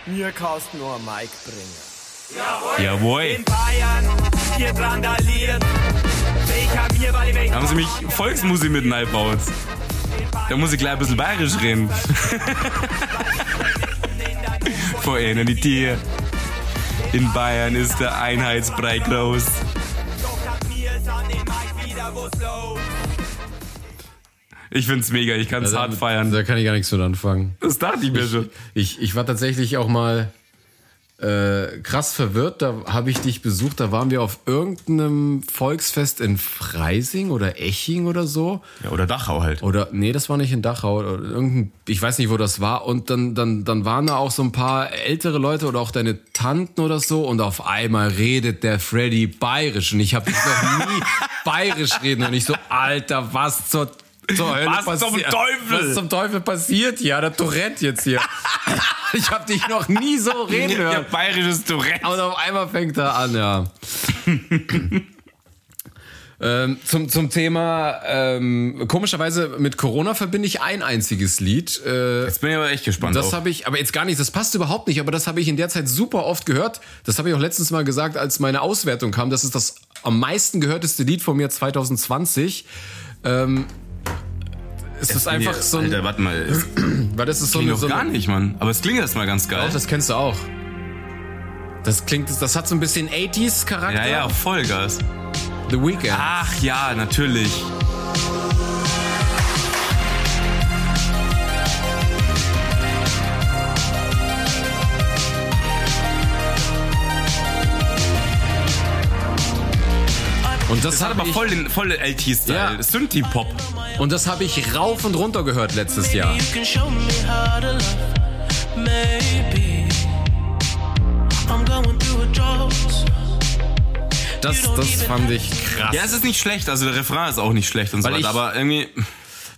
Speaker 13: Mir kannst nur ein Mike bringen.
Speaker 2: Jawohl.
Speaker 13: In Bayern, ihr brandaliert. Ich hab mir bei
Speaker 2: Da haben sie mich Volksmusik mit eingebaut. Da muss ich gleich ein bisschen bayerisch reden. Vor ihnen die Tiere. In Bayern ist der Einheitsbrei groß. Ich find's mega, ich kann's hart feiern.
Speaker 1: Also,
Speaker 2: Also.
Speaker 1: Da kann ich gar nichts mit anfangen.
Speaker 2: Das dachte ich mir schon.
Speaker 1: Ich, ich war tatsächlich auch mal äh, krass verwirrt. Da habe ich dich besucht. Da waren wir auf irgendeinem Volksfest in Freising oder Eching oder so.
Speaker 2: Ja, oder Dachau halt.
Speaker 1: Oder nee, das war nicht in Dachau. Oder irgendein, ich weiß nicht, wo das war. Und dann, dann, dann waren da auch so ein paar ältere Leute oder auch deine Tanten oder so. Und auf einmal redet der Freddy bayerisch. Und ich habe dich noch nie bayerisch reden. Und ich so, Alter, was zur, zur Hölle
Speaker 2: Was zum
Speaker 1: passiert?
Speaker 2: Teufel?
Speaker 1: Was zum Teufel passiert hier? Der Tourette jetzt hier. ich habe dich noch nie so reden hören.
Speaker 2: Ja, bayerisches Tourette.
Speaker 1: Und auf einmal fängt er an, ja. ähm, zum, zum Thema, ähm, komischerweise mit Corona verbinde ich ein einziges Lied. Äh,
Speaker 2: Jetzt bin ich aber echt gespannt.
Speaker 1: das
Speaker 2: auch.
Speaker 1: habe ich, aber jetzt gar nicht, das passt überhaupt nicht, aber das habe ich in der Zeit super oft gehört. Das habe ich auch letztens mal gesagt, als meine Auswertung kam. Das ist das am meisten gehörteste Lied von mir 2020. Ähm, es ist einfach so ein,
Speaker 2: Alter, warte mal. Das
Speaker 1: weil das ist so
Speaker 2: klingt
Speaker 1: eine,
Speaker 2: doch
Speaker 1: so eine
Speaker 2: gar nicht, Mann. Aber es klingt erstmal ganz geil.
Speaker 1: Doch, das kennst du auch. Das klingt, das hat so ein bisschen 80s Charakter.
Speaker 2: ja, ja, Vollgas.
Speaker 1: The Weeknd.
Speaker 2: Ach ja, natürlich.
Speaker 1: und das,
Speaker 2: Das hat
Speaker 1: hab
Speaker 2: aber
Speaker 1: ich,
Speaker 2: voll den voll den LT-Style.
Speaker 1: Ja.
Speaker 2: Synthie-Pop.
Speaker 1: Und das habe ich rauf und runter gehört letztes Jahr.
Speaker 14: You can show me how to love, maybe. I'm going through a drought.
Speaker 1: Das, das fand ich krass.
Speaker 2: Ja, es ist nicht schlecht. Also der Refrain ist auch nicht schlecht und so
Speaker 1: Weil
Speaker 2: weiter.
Speaker 1: ich-
Speaker 2: Aber irgendwie.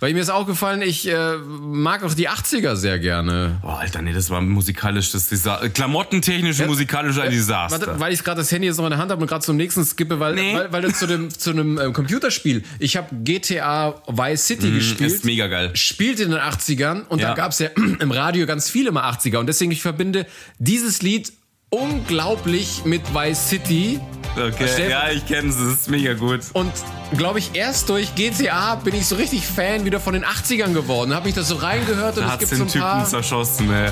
Speaker 1: Weil mir ist auch gefallen, ich äh, mag auch die 80er sehr gerne.
Speaker 2: Boah, Alter, nee, das war musikalisch das Desaster. Klamottentechnisch und musikalisch ein Desaster.
Speaker 1: Warte, weil ich gerade das Handy jetzt noch in der Hand habe und gerade zum nächsten skippe, weil,
Speaker 2: Nee.
Speaker 1: weil, weil das zu dem zu einem ähm, Computerspiel. Ich habe GTA Vice City gespielt.
Speaker 2: Mhm, ist mega geil.
Speaker 1: spielt in den 80ern und
Speaker 2: Ja.
Speaker 1: da gab's ja im Radio ganz viele mal 80er und deswegen ich verbinde dieses Lied unglaublich mit Vice City
Speaker 2: Okay.
Speaker 1: Stell-
Speaker 2: Ja, ich kenn's. Es ist mega gut.
Speaker 1: und glaube ich erst durch GTA bin ich so richtig Fan wieder von den 80ern geworden, habe mich das so reingehört und
Speaker 2: Da
Speaker 1: es
Speaker 2: hat's
Speaker 1: gibt
Speaker 2: den
Speaker 1: so ein
Speaker 2: Typen
Speaker 1: paar
Speaker 2: zerschossen, ey.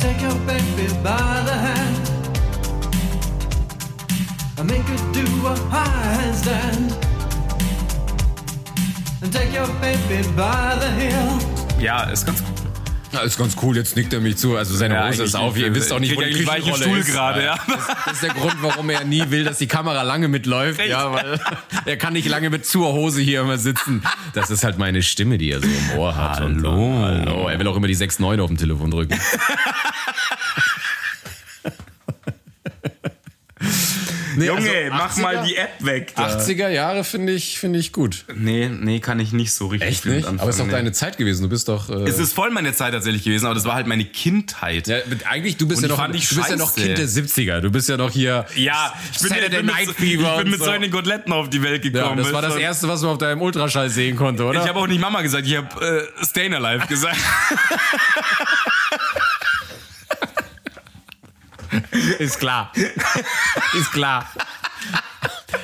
Speaker 7: Take your baby by the hand and make her do a handstand. And take your baby by the heel.
Speaker 2: Ja, ist ganz gut.
Speaker 1: Na, ist ganz cool, jetzt nickt er mich zu, also seine
Speaker 2: Ja,
Speaker 1: Hose
Speaker 2: ich-
Speaker 1: ist auf,
Speaker 2: ich-
Speaker 1: ihr wisst auch nicht,
Speaker 2: krieg
Speaker 1: wo die
Speaker 2: eigentlich weichen
Speaker 1: Küchenrolle
Speaker 2: Stuhl
Speaker 1: ist.
Speaker 2: gerade, ja.
Speaker 1: Das, das ist der Grund, warum er nie will, dass die Kamera lange mitläuft,
Speaker 2: Echt?
Speaker 1: ja, weil er kann nicht lange mit zur Hose hier immer sitzen. Das ist halt meine Stimme, die er so im Ohr hat. und so.
Speaker 2: Hallo.
Speaker 1: hallo. Er will auch immer die 6-9 auf dem Telefon drücken. Nee,
Speaker 2: Junge,
Speaker 1: also
Speaker 2: mach
Speaker 1: 80er
Speaker 2: mal die App weg. Da.
Speaker 1: 80er Jahre finde ich, finde ich gut.
Speaker 2: Nee, nee, kann ich nicht so richtig
Speaker 1: Echt
Speaker 2: mit
Speaker 1: nicht? Aber es ist doch
Speaker 2: anfangen,
Speaker 1: deine Zeit gewesen. Du bist doch. Äh,
Speaker 2: Es ist voll meine Zeit tatsächlich gewesen, aber das war halt meine Kindheit.
Speaker 1: ja, mit- eigentlich, du bist,
Speaker 2: Und
Speaker 1: ja
Speaker 2: die
Speaker 1: noch,
Speaker 2: fand ich
Speaker 1: du bist ja noch
Speaker 2: scheiße.
Speaker 1: Kind der 70er. Du bist ja noch hier.
Speaker 2: Ja, ich bin, ich
Speaker 1: Saturday
Speaker 2: bin mit,
Speaker 1: Night
Speaker 2: so- ich
Speaker 1: Fever
Speaker 2: bin
Speaker 1: und
Speaker 2: mit
Speaker 1: so.
Speaker 2: solchen Koteletten auf die Welt gekommen.
Speaker 1: Ja, das war das
Speaker 2: war-
Speaker 1: Erste, was man auf deinem Ultraschall sehen konnte, oder?
Speaker 2: Ich habe auch nicht Mama gesagt, ich habe äh, Stayin' Alive gesagt.
Speaker 1: ist klar. ist klar.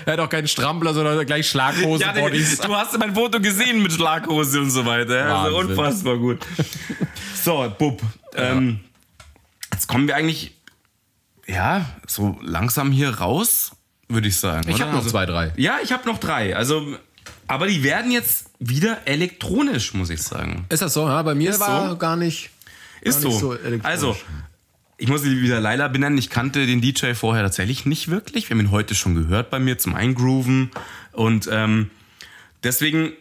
Speaker 1: Er hat auch keinen Strampler, sondern gleich Schlaghose.
Speaker 2: Ja, du hast mein Foto gesehen mit Schlaghose und so weiter. Also
Speaker 1: Wahnsinn.
Speaker 2: unfassbar gut. So, Bub. Ähm, jetzt kommen wir eigentlich, ja, so langsam hier raus, würde ich sagen.
Speaker 1: Ich
Speaker 2: oder?
Speaker 1: hab noch
Speaker 2: Also-
Speaker 1: zwei, drei.
Speaker 2: Ja, ich habe noch drei. Also, aber die werden jetzt wieder elektronisch, muss ich sagen.
Speaker 1: Ist das so? Ja, bei mir
Speaker 2: Ist
Speaker 1: war
Speaker 2: so.
Speaker 1: gar nicht.
Speaker 2: Ist
Speaker 1: gar
Speaker 2: so.
Speaker 1: nicht so elektronisch.
Speaker 2: also, ich muss sie wieder Laila benennen. Ich kannte den DJ vorher tatsächlich nicht wirklich. Wir haben ihn heute schon gehört bei mir zum Eingrooven. Und ähm, deswegen,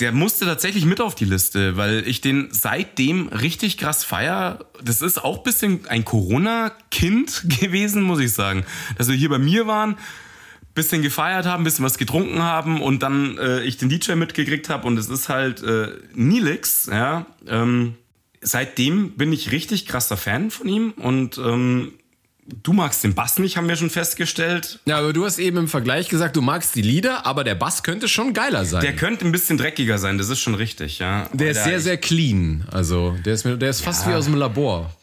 Speaker 2: der musste tatsächlich mit auf die Liste, weil ich den seitdem richtig krass feier. Das ist auch ein bisschen ein Corona-Kind gewesen, muss ich sagen. Dass wir hier bei mir waren, bisschen gefeiert haben, bisschen was getrunken haben und dann äh, ich den DJ mitgekriegt habe und es ist halt äh, Nilix, ja. Ähm, seitdem bin ich richtig krasser Fan von ihm und ähm, du magst den Bass nicht, haben wir schon festgestellt.
Speaker 1: Ja, aber du hast eben im Vergleich gesagt, du magst die Lieder, aber der Bass könnte schon geiler sein.
Speaker 2: Der könnte ein bisschen dreckiger sein, das ist schon richtig, ja.
Speaker 1: Der ist
Speaker 2: Alter,
Speaker 1: sehr,
Speaker 2: ich-
Speaker 1: sehr clean. Also, der ist, mit- der ist fast
Speaker 2: Ja.
Speaker 1: wie aus dem Labor.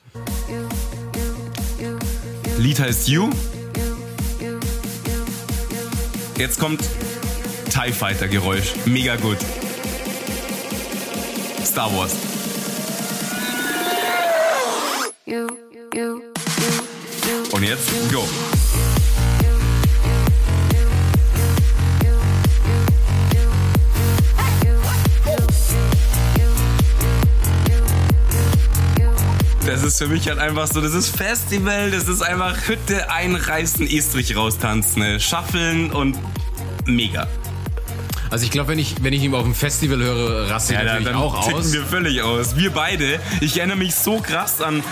Speaker 2: Lied heißt You. Jetzt kommt TIE Fighter Geräusch. Mega gut. Star Wars. Und jetzt go. Das ist für mich halt einfach so, das ist Festival, das ist einfach Hütte einreißen, Estrich raustanzen, ne? schaffeln und mega.
Speaker 1: Also ich glaube, wenn ich, wenn ich ihn auf dem Festival höre, raste ich
Speaker 2: Ja, dann,
Speaker 1: natürlich
Speaker 2: dann
Speaker 1: auch
Speaker 2: ticken
Speaker 1: aus.
Speaker 2: wir völlig aus. Wir beide. Ich erinnere mich so krass an, an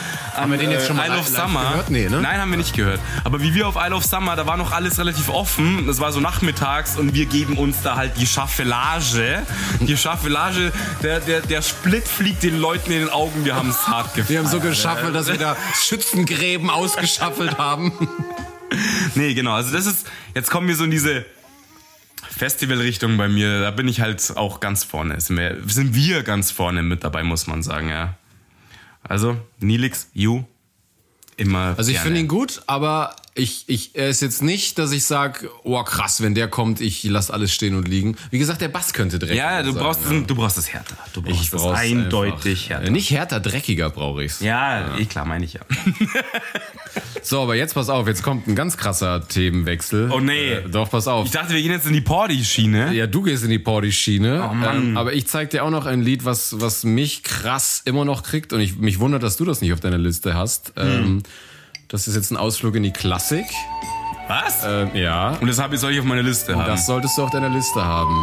Speaker 1: Haben wir den jetzt
Speaker 2: äh,
Speaker 1: schon mal
Speaker 2: Isle of
Speaker 1: live
Speaker 2: Summer.
Speaker 1: gehört? Nee, ne?
Speaker 2: Nein, haben wir nicht gehört. Aber wie wir auf Isle of Summer, da war noch alles relativ offen. Das war so nachmittags und wir geben uns da halt die Schaffelage. Die Schaffelage, der, der, der Split fliegt den Leuten in den Augen. Wir haben es hart gefeiert.
Speaker 1: Wir haben so geschaffelt, dass wir
Speaker 2: ne?
Speaker 1: da Schützengräben ausgeschaffelt haben.
Speaker 2: Nee, genau. Also das ist, jetzt kommen wir so in diese Festivalrichtung bei mir. Da bin ich halt auch ganz vorne. Sind wir, sind wir ganz vorne mit dabei, muss man sagen, ja. Also, Nilix, you, immer
Speaker 1: Also ich
Speaker 2: gerne.
Speaker 1: finde ihn gut, aber ich, ich, er ist jetzt nicht, dass ich sage, oh krass, wenn der kommt, ich lasse alles stehen und liegen. Wie gesagt, der Bass könnte dreckig
Speaker 2: Ja, ja, du
Speaker 1: sein,
Speaker 2: brauchst,
Speaker 1: ja.
Speaker 2: Du brauchst es härter. Du brauchst
Speaker 1: Ich
Speaker 2: es
Speaker 1: brauch's
Speaker 2: eindeutig
Speaker 1: einfach.
Speaker 2: härter.
Speaker 1: Nicht härter, dreckiger brauche ich's.
Speaker 2: Ja, eh klar, meine ich ja.
Speaker 1: So, aber jetzt pass auf, jetzt kommt ein ganz krasser Themenwechsel. Oh
Speaker 2: nee.
Speaker 1: Äh, doch, pass auf.
Speaker 2: Ich dachte, wir gehen jetzt in die Party-Schiene.
Speaker 1: Ja, du gehst in die Party-Schiene. Ähm,
Speaker 2: Oh, Mann.
Speaker 1: aber ich zeig dir auch noch ein Lied, was, was mich krass immer noch kriegt. Und ich mich wundert, dass du das nicht auf deiner Liste hast.
Speaker 2: Hm.
Speaker 1: Ähm, das ist jetzt ein Ausflug in die Klassik.
Speaker 2: Was?
Speaker 1: Ähm, ja.
Speaker 2: Und das habe ich soll ich auf meiner Liste haben.
Speaker 1: Das solltest du auf deiner Liste haben.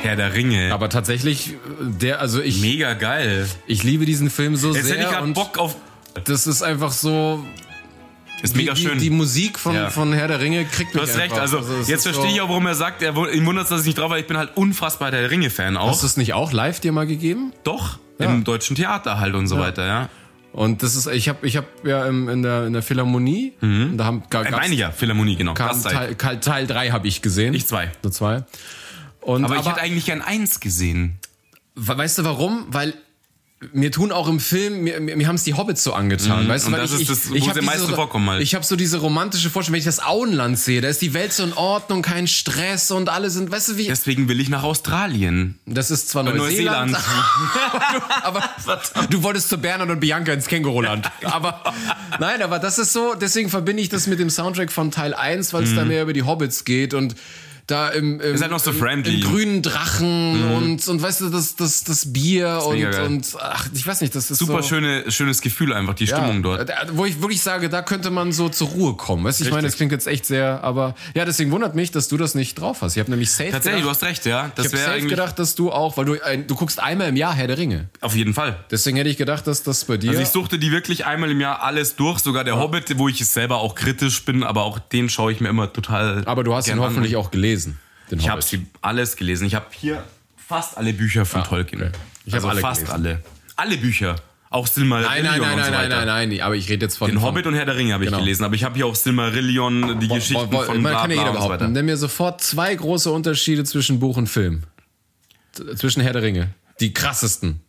Speaker 2: Herr der Ringe.
Speaker 1: Aber tatsächlich, äh, der, also ich.
Speaker 2: Mega geil.
Speaker 1: Ich liebe diesen Film so
Speaker 2: Jetzt
Speaker 1: sehr.
Speaker 2: hätte ich gerade
Speaker 1: und
Speaker 2: Bock auf.
Speaker 1: das ist einfach so.
Speaker 2: Ist
Speaker 1: die-
Speaker 2: mega
Speaker 1: die,
Speaker 2: schön.
Speaker 1: Die Musik von,
Speaker 2: Ja.
Speaker 1: von Herr der Ringe kriegt
Speaker 2: Du
Speaker 1: mich
Speaker 2: hast recht,
Speaker 1: einfach.
Speaker 2: also,
Speaker 1: es
Speaker 2: jetzt
Speaker 1: ist
Speaker 2: verstehe ich auch, warum er sagt, er wund- ihn wundert, dass ich nicht drauf war. Ich bin halt unfassbar der Ringe-Fan auch.
Speaker 1: Hast du es nicht auch live dir mal gegeben?
Speaker 2: Doch,
Speaker 1: Ja.
Speaker 2: im deutschen Theater halt und so
Speaker 1: Ja.
Speaker 2: weiter, ja.
Speaker 1: Und das ist, ich habe ich hab ja im, in, der, in der Philharmonie, und da haben ga,
Speaker 2: Äh,
Speaker 1: gab's-
Speaker 2: meine ich ja, Philharmonie, genau.
Speaker 1: kam
Speaker 2: Gastzeit.
Speaker 1: Teil, Teil, Teil 3 habe ich gesehen.
Speaker 2: Ich zwei.
Speaker 1: Nur zwei. Und,
Speaker 2: aber, ich hätte eigentlich gern eins gesehen.
Speaker 1: We- Weißt du warum? Weil mir tun auch im Film, mir, mir, mir haben es die Hobbits so angetan.
Speaker 2: Mhm,
Speaker 1: Weißt du,
Speaker 2: und
Speaker 1: weil
Speaker 2: das
Speaker 1: ich,
Speaker 2: ist das,
Speaker 1: ich,
Speaker 2: wo
Speaker 1: ich
Speaker 2: sie
Speaker 1: hab
Speaker 2: am meisten
Speaker 1: diese,
Speaker 2: vorkommen halt.
Speaker 1: Ich habe so diese romantische Vorstellung, wenn ich das Auenland sehe, da ist die Welt so in Ordnung, kein Stress und alle sind, weißt du wie,
Speaker 2: Deswegen will ich nach Australien.
Speaker 1: das ist zwar
Speaker 2: Und
Speaker 1: Neuseeland,
Speaker 2: Neuseeland.
Speaker 1: aber du wolltest zu Bernhard und Bianca ins Känguruland. Aber nein, aber das ist so, deswegen verbinde ich das mit dem Soundtrack von Teil 1, weil es da mehr über die Hobbits geht und da im, im,
Speaker 2: Mhm. Ist halt noch so
Speaker 1: im, im
Speaker 2: friendly.
Speaker 1: grünen Drachen
Speaker 2: Mhm.
Speaker 1: und, und weißt du, das, das, das Bier
Speaker 2: Ist mega
Speaker 1: und,
Speaker 2: geil.
Speaker 1: und ach, ich weiß nicht, das ist
Speaker 2: Super
Speaker 1: so,
Speaker 2: schöne, schönes Gefühl einfach, die
Speaker 1: Ja, Äh,
Speaker 2: Stimmung dort.
Speaker 1: da- Wo ich wirklich sage, da könnte man so zur Ruhe kommen. Weißt du, ich meine,
Speaker 2: Richtig.
Speaker 1: das klingt jetzt echt sehr, aber ja, deswegen wundert mich, dass du das nicht drauf hast. Ich habe nämlich safe
Speaker 2: Tatsächlich, du
Speaker 1: gedacht,
Speaker 2: hast recht, ja. Das
Speaker 1: ich habe
Speaker 2: wäre
Speaker 1: safe
Speaker 2: eigentlich
Speaker 1: gedacht, dass du auch, weil du ein, du guckst einmal im Jahr Herr der Ringe.
Speaker 2: auf jeden Fall.
Speaker 1: Deswegen hätte ich gedacht, dass das bei dir
Speaker 2: Also ich suchte die wirklich einmal im Jahr alles durch, sogar der Hobbit, wo ich selber auch kritisch bin, aber auch den schaue ich mir immer total.
Speaker 1: Aber du hast ihn
Speaker 2: gern an.
Speaker 1: hoffentlich auch gelesen. Den
Speaker 2: Ich
Speaker 1: Hobbit.
Speaker 2: habe sie alles gelesen. Ich habe hier fast alle Bücher von Tolkien.
Speaker 1: Ah,
Speaker 2: Also
Speaker 1: Ich hab alle
Speaker 2: fast
Speaker 1: gelesen.
Speaker 2: alle. Alle Bücher. Auch Silmarillion
Speaker 1: Nein, nein, nein,
Speaker 2: und so
Speaker 1: nein, nein,
Speaker 2: weiter.
Speaker 1: nein, nein, aber ich rede jetzt von
Speaker 2: Den
Speaker 1: von,
Speaker 2: Hobbit und Herr der Ringe habe ich
Speaker 1: Genau.
Speaker 2: gelesen, aber ich habe hier auch Silmarillion, die Geschichten
Speaker 1: Boah,
Speaker 2: von
Speaker 1: man
Speaker 2: bla,
Speaker 1: kann ja
Speaker 2: bla
Speaker 1: jeder
Speaker 2: und so
Speaker 1: behaupten.
Speaker 2: weiter.
Speaker 1: Nenn mir sofort zwei große Unterschiede zwischen Buch und Film. Z- Zwischen Herr der Ringe. Die krassesten.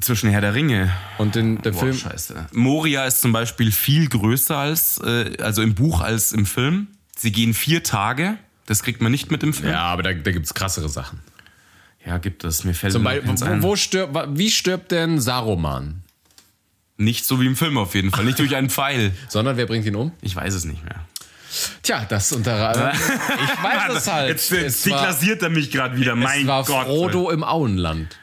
Speaker 2: Zwischen Herr der Ringe.
Speaker 1: Und den, der
Speaker 2: Boah,
Speaker 1: Film.
Speaker 2: scheiße. Moria ist zum Beispiel viel größer als, äh, also im Buch als im Film. Sie gehen vier Tage. Das kriegt man nicht mit im Film.
Speaker 1: Ja, aber da, da gibt es krassere Sachen.
Speaker 2: Ja, gibt es. Mir fällt
Speaker 1: Zum
Speaker 2: noch
Speaker 1: Beispiel,
Speaker 2: keins ein.
Speaker 1: wo, wo stirbt, wa- wie stirbt denn Saruman?
Speaker 2: Nicht so wie im Film auf jeden Fall. Nicht durch einen Pfeil.
Speaker 1: Sondern wer bringt ihn um?
Speaker 2: Ich weiß es nicht mehr.
Speaker 1: Tja, das unter anderem. Ich weiß es halt.
Speaker 2: Jetzt
Speaker 1: es war,
Speaker 2: deklassiert er mich gerade wieder. Mein
Speaker 1: es war
Speaker 2: Gott.
Speaker 1: Frodo im Auenland.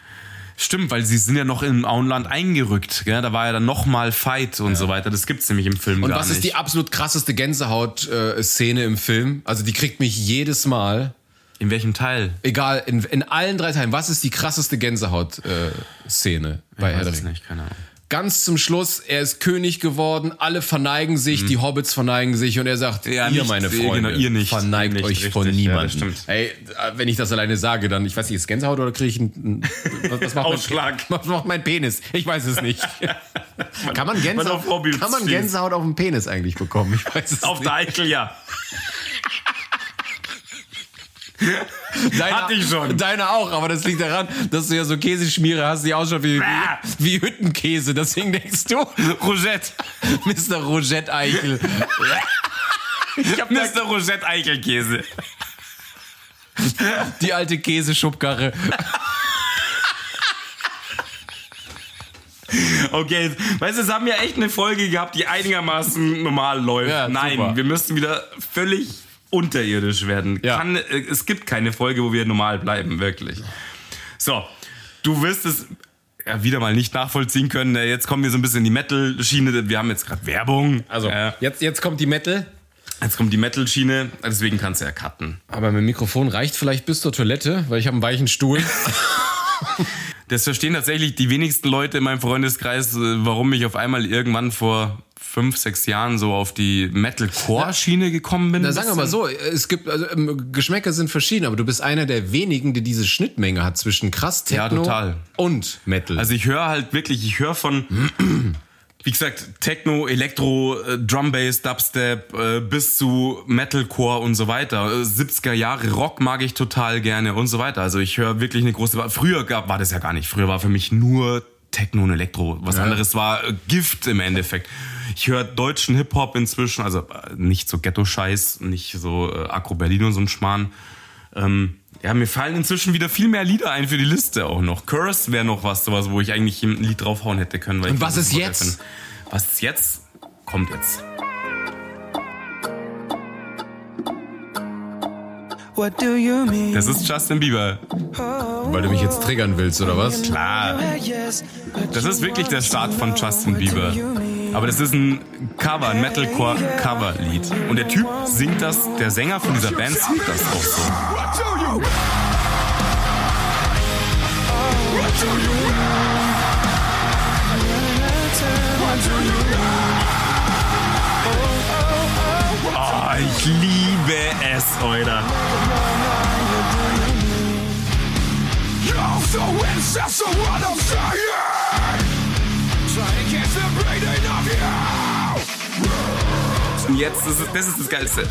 Speaker 2: Stimmt, weil sie sind ja noch im Auenland eingerückt. Gell? Da war ja dann nochmal Fight und so weiter. Das gibt's nämlich im Film
Speaker 1: Und
Speaker 2: gar
Speaker 1: was
Speaker 2: nicht.
Speaker 1: ist die absolut krasseste Gänsehaut-Szene im Film? Also die kriegt mich jedes Mal.
Speaker 2: In welchem Teil?
Speaker 1: Egal, in, in allen drei Teilen. Was ist die krasseste Gänsehaut-Szene bei
Speaker 2: ich
Speaker 1: Herr
Speaker 2: weiß
Speaker 1: der
Speaker 2: es
Speaker 1: Ringe?
Speaker 2: nicht, keine Ahnung.
Speaker 1: Ganz zum Schluss, er ist König geworden, alle verneigen sich, die Hobbits verneigen sich und er sagt,
Speaker 2: Mhm. Ja,
Speaker 1: ihr
Speaker 2: nicht-
Speaker 1: meine
Speaker 2: genau,
Speaker 1: Freunde,
Speaker 2: ihr nicht.
Speaker 1: verneigt
Speaker 2: Ihr nicht,
Speaker 1: euch vor
Speaker 2: richtig, ja, das
Speaker 1: niemandem.
Speaker 2: stimmt.
Speaker 1: Ey, äh, wenn ich das alleine sage, dann, ich weiß nicht, ist Gänsehaut oder kriege ich einen, was, was macht
Speaker 2: Ausschlag.
Speaker 1: Mein, was macht mein Penis? Ich weiß es nicht. kann man
Speaker 2: man
Speaker 1: Gänsehaut,
Speaker 2: auf Robby
Speaker 1: kann man
Speaker 2: steht.
Speaker 1: Gänsehaut auf den Penis eigentlich bekommen? Ich weiß es
Speaker 2: Auf
Speaker 1: nicht.
Speaker 2: der Eichel, ja.
Speaker 1: Deine,
Speaker 2: Hatte ich schon.
Speaker 1: Deine auch, aber das liegt daran, dass du ja so Käseschmiere hast, die ausschaut wie, wie, wie Hüttenkäse. Deswegen denkst du,
Speaker 2: Rosette.
Speaker 1: Mr. Rogette Eichel.
Speaker 2: Ich hab Mr. Rosette Eichelkäse.
Speaker 1: Die alte Käseschubkarre.
Speaker 2: Okay, weißt du, es haben ja echt eine Folge gehabt, die einigermaßen normal läuft.
Speaker 1: Ja,
Speaker 2: Nein,
Speaker 1: super.
Speaker 2: wir müssen wieder völlig unterirdisch werden.
Speaker 1: Ja.
Speaker 2: Kann, äh, es gibt keine Folge, wo wir normal bleiben, wirklich. So, du wirst es ja, wieder mal nicht nachvollziehen können. Äh, Jetzt kommen wir so ein bisschen in die Metal-Schiene. Wir haben jetzt gerade Werbung.
Speaker 1: Also,
Speaker 2: äh,
Speaker 1: jetzt, jetzt kommt die Metal.
Speaker 2: jetzt kommt die Metal-Schiene. Deswegen kannst du ja cutten.
Speaker 1: Aber mit dem Mikrofon reicht vielleicht bis zur Toilette, weil ich habe einen weichen Stuhl.
Speaker 2: Das verstehen tatsächlich die wenigsten Leute in meinem Freundeskreis, äh, warum ich auf einmal irgendwann vor fünf, sechs Jahren so auf die Metalcore-Schiene gekommen bin.
Speaker 1: Na, sagen wir mal so, es gibt, also, ähm, Geschmäcker sind verschieden, aber du bist einer der wenigen, die diese Schnittmenge hat zwischen krass
Speaker 2: Ja,
Speaker 1: Techno
Speaker 2: total.
Speaker 1: und Metal.
Speaker 2: Also ich höre halt wirklich, ich höre von, wie gesagt, Techno, Elektro, äh, Drum Bass, Dubstep äh, bis zu Metalcore und so weiter. Äh, 70er Jahre Rock mag ich total gerne und so weiter. Also ich höre wirklich eine große. Wa- Früher gab, war das ja gar nicht. Früher war für mich nur Techno und Elektro. Was
Speaker 1: Ja.
Speaker 2: anderes war äh, Gift im Endeffekt. Ich höre deutschen Hip Hop inzwischen, also äh, nicht so Ghetto Scheiß, nicht so äh, Akro Berlin und so ein Schmarrn. Ähm, ja, mir fallen inzwischen wieder viel mehr Lieder ein für die Liste auch noch. Curse wäre noch was, sowas, wo ich eigentlich ein Lied draufhauen hätte können. Weil
Speaker 1: Und
Speaker 2: ich
Speaker 1: was
Speaker 2: das
Speaker 1: ist
Speaker 2: super
Speaker 1: jetzt?
Speaker 2: finde. Was ist jetzt? Kommt jetzt.
Speaker 4: What do you mean?
Speaker 2: Das ist Justin Bieber.
Speaker 1: weil du mich jetzt triggern willst, oder was?
Speaker 2: Klar. Das ist wirklich der Start von Justin Bieber. Aber das ist ein Cover, ein Metalcore-Cover-Lied. Und der Typ singt das, der Sänger von dieser Band singt das auch so. Oh, ich liebe es, Alter. Und jetzt, das ist das, ist das Geilste.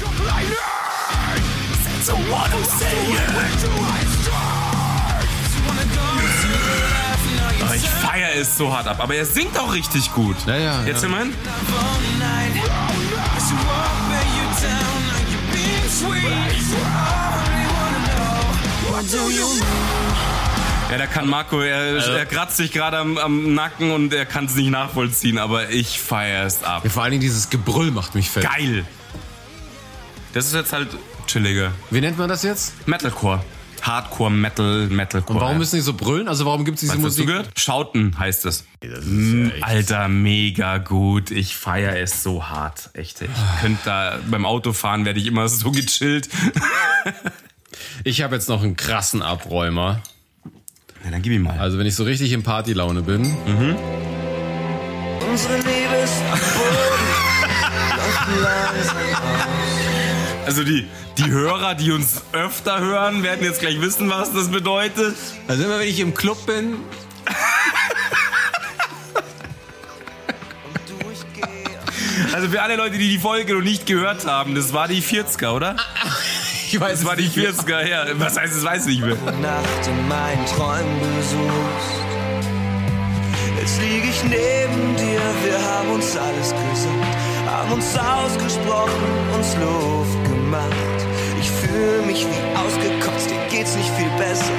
Speaker 2: Oh, ich feier es so hart ab, aber er singt auch richtig gut. ne?
Speaker 1: Ja, ja,
Speaker 2: Jetzt
Speaker 1: ja.
Speaker 2: hör mal hin. Ja, da kann Marco, er, er kratzt sich gerade am, am Nacken und er kann es nicht nachvollziehen, aber ich feier es ab.
Speaker 1: Vor allen Dingen dieses Gebrüll macht mich fett.
Speaker 2: Geil! Das ist jetzt halt chilliger.
Speaker 1: Wie nennt man das jetzt?
Speaker 2: Metalcore. Hardcore Metal, Metalcore.
Speaker 1: Und warum müssen die so brüllen? Also warum gibt es diese
Speaker 2: Weißt du, hast du
Speaker 1: Musik?
Speaker 2: gehört? Schauten heißt es.
Speaker 1: ja
Speaker 2: Mm, Alter, mega gut. Ich feiere es so hart. Echt. Ich könnte da beim Autofahren werde ich immer so gechillt.
Speaker 1: Ich habe jetzt noch einen krassen Abräumer.
Speaker 2: Na, dann gib ihm mal.
Speaker 1: Also wenn ich so richtig in Partylaune bin.
Speaker 2: Mhm.
Speaker 4: Unsere Liebe ist am Boden, läuft langsam
Speaker 2: Also die, die Hörer, die uns öfter hören, werden jetzt gleich wissen, was das bedeutet.
Speaker 1: Also immer wenn ich im Club bin.
Speaker 2: Also für alle Leute, die die Folge noch nicht gehört haben, das war die 40er, oder?
Speaker 1: Ich weiß
Speaker 2: Das war die 40er, ja. Was heißt, das weiß ich nicht mehr.
Speaker 4: Nacht in meinen Träumen besuchst. Jetzt lieg ich neben dir, wir haben uns alles gesagt, haben uns ausgesprochen, uns Luft gemacht. Ich fühl mich wie ausgekotzt, dir geht's nicht viel besser.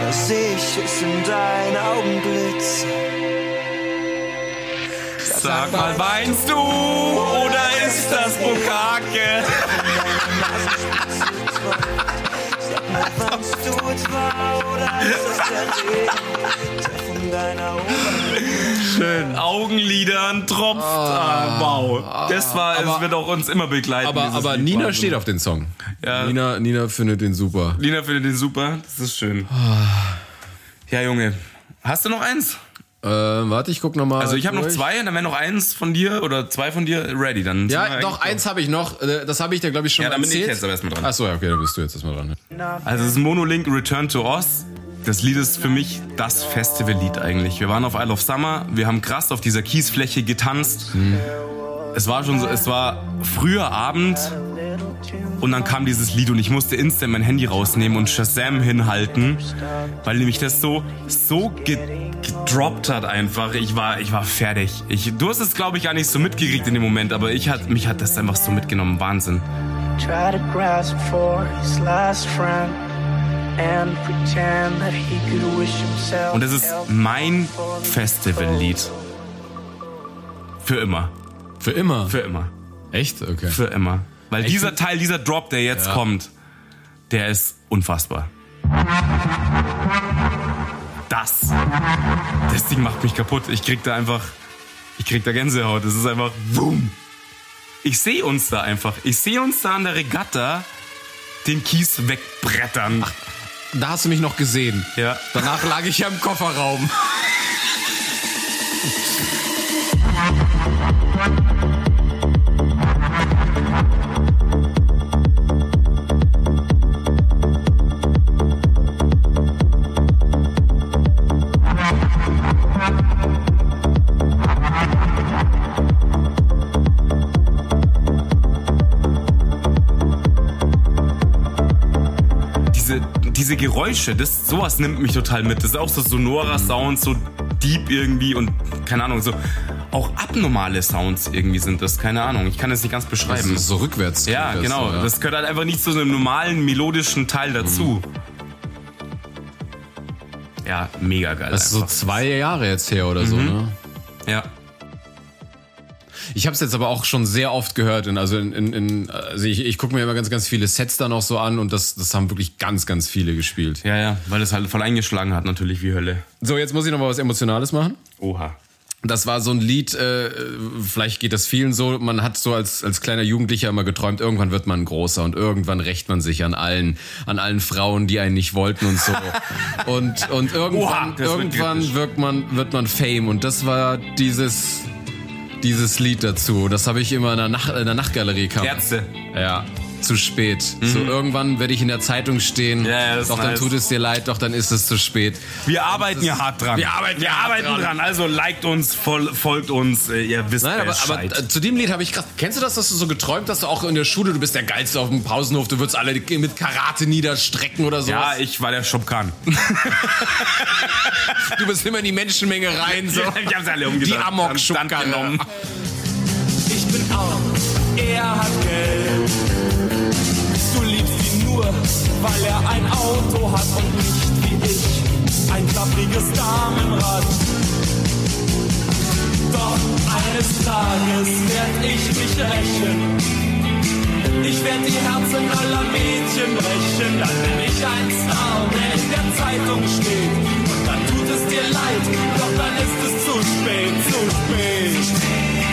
Speaker 4: Da seh ich es in deinen Augen blitzen.
Speaker 2: Sag mal, weinst du oder ist das Bukake?
Speaker 4: Wannst du es wahr oder ist das der Regen, der von deiner Oberlippe
Speaker 2: Schön. Augenlidern tropft. Ah, wow. Das war, es wird auch uns immer begleiten.
Speaker 1: Aber,
Speaker 2: dieses
Speaker 1: aber
Speaker 2: Lied.
Speaker 1: Nina
Speaker 2: Wahnsinn.
Speaker 1: steht auf den Song.
Speaker 2: Ja.
Speaker 1: Nina, Nina findet den super.
Speaker 2: Nina findet den super. Das ist schön. Ja, Junge. Hast du noch eins?
Speaker 1: Äh, warte, ich guck nochmal.
Speaker 2: Also ich habe noch zwei, dann wäre noch eins von dir oder zwei von dir ready. Dann sind wir
Speaker 1: Ja,
Speaker 2: eigentlich
Speaker 1: doch,
Speaker 2: durch.
Speaker 1: eins habe ich noch. Äh, Das habe ich dir, glaube ich, schon
Speaker 2: Ja,
Speaker 1: mal
Speaker 2: dann bin ich
Speaker 1: erzählt.
Speaker 2: jetzt aber erstmal dran.
Speaker 1: Achso, ja, okay, dann bist du jetzt erstmal dran.
Speaker 2: Also es ist Monolink Return to Oz. Das Lied ist für mich das Festivallied eigentlich. Wir waren auf Isle of Summer, wir haben krass auf dieser Kiesfläche getanzt. Es war schon so, es war früher Abend und dann kam dieses Lied und ich musste instant mein Handy rausnehmen und Shazam hinhalten, weil nämlich das so so ge gedroppt hat einfach. Ich war ich war fertig. Ich, du hast es glaube ich gar nicht so mitgekriegt in dem Moment, aber ich hat mich hat das einfach so mitgenommen. Wahnsinn.
Speaker 14: Try to grasp for his last friend and pretend that he could wish himself.
Speaker 2: Und es ist mein Festivallied. Für immer.
Speaker 1: Für immer?
Speaker 2: Für immer.
Speaker 1: Echt? Okay.
Speaker 2: Für immer. Weil
Speaker 1: Echt?
Speaker 2: dieser Teil, dieser Drop, der jetzt
Speaker 1: Ja.
Speaker 2: kommt, der ist unfassbar. Das. Das Ding macht mich kaputt. Ich krieg da einfach. Ich krieg da Gänsehaut. Es ist einfach. Boom. Ich sehe uns da einfach. Ich sehe uns da an der Regatta den Kies wegbrettern.
Speaker 1: Da hast du mich noch gesehen.
Speaker 2: Ja.
Speaker 1: Danach lag ich ja im Kofferraum.
Speaker 2: diese, diese Geräusche, das, sowas nimmt mich total mit. Das ist auch so sonorer Sound, so deep irgendwie und keine Ahnung, so auch abnormale Sounds irgendwie sind das. Keine Ahnung, ich kann das nicht ganz beschreiben.
Speaker 1: Also so rückwärts.
Speaker 2: ja,
Speaker 1: klingt
Speaker 2: genau.
Speaker 1: so, ja. Mhm.
Speaker 2: Das gehört halt einfach nicht zu einem normalen melodischen Teil dazu. Ja, mega geil.
Speaker 1: Das ist so
Speaker 2: einfach. Mhm.
Speaker 1: zwei Jahre jetzt her oder so, ne?
Speaker 2: Ja.
Speaker 1: Ich habe es jetzt aber auch schon sehr oft gehört. In, also in, in, in, also ich, ich gucke mir immer ganz, ganz viele Sets dann auch so an und das, das haben wirklich ganz, ganz viele gespielt.
Speaker 2: ja, ja, weil das halt voll eingeschlagen hat, natürlich wie Hölle.
Speaker 1: So, jetzt muss ich noch mal was Emotionales machen.
Speaker 2: Oha.
Speaker 1: Das war so ein Lied, äh, vielleicht geht das vielen so, man hat so als, als kleiner Jugendlicher immer geträumt, irgendwann wird man großer und irgendwann rächt man sich an allen, an allen Frauen, die einen nicht wollten und so. und, und irgendwann,
Speaker 2: Oha, das wird
Speaker 1: irgendwann
Speaker 2: kritisch.
Speaker 1: wirkt man, wird man Fame und das war dieses, dieses Lied dazu. Das habe ich immer in der, Nach in der Nachtgalerie kam.
Speaker 2: Ärzte.
Speaker 1: Ja, zu spät. So irgendwann werde ich in der Zeitung stehen.
Speaker 2: Mhm. Ja, ja, das ist
Speaker 1: doch dann
Speaker 2: nice.
Speaker 1: tut es dir leid, doch dann ist es zu spät.
Speaker 2: Wir arbeiten ja hart dran.
Speaker 1: Wir arbeiten
Speaker 2: wir
Speaker 1: hart
Speaker 2: arbeiten
Speaker 1: dran.
Speaker 2: dran. Also liked uns, voll, folgt uns, äh, ihr wisst
Speaker 1: Nein, aber, aber
Speaker 2: Bescheid.
Speaker 1: äh, zu dem Lied habe ich krass. Kennst du das, dass du so geträumt hast, dass du auch in der Schule, du bist der Geilste auf dem Pausenhof, du würdest alle mit Karate niederstrecken oder
Speaker 2: ja,
Speaker 1: sowas?
Speaker 2: ich war der Schubkan.
Speaker 1: du bist immer in die Menschenmenge rein. So.
Speaker 2: Ja, ich hab's alle
Speaker 1: die
Speaker 2: umgedacht.
Speaker 1: amok
Speaker 2: Am Stand genommen.
Speaker 4: Ich bin arm, er hat Geld. Du liebst ihn nur, weil er ein Auto hat und nicht wie ich ein klappriges Damenrad. Doch eines Tages werd ich mich rächen.
Speaker 15: Ich werd die Herzen aller Mädchen brechen, dann bin ich ein Star, der in der Zeitung steht. Und dann tut es dir leid, doch dann ist es zu spät, zu spät,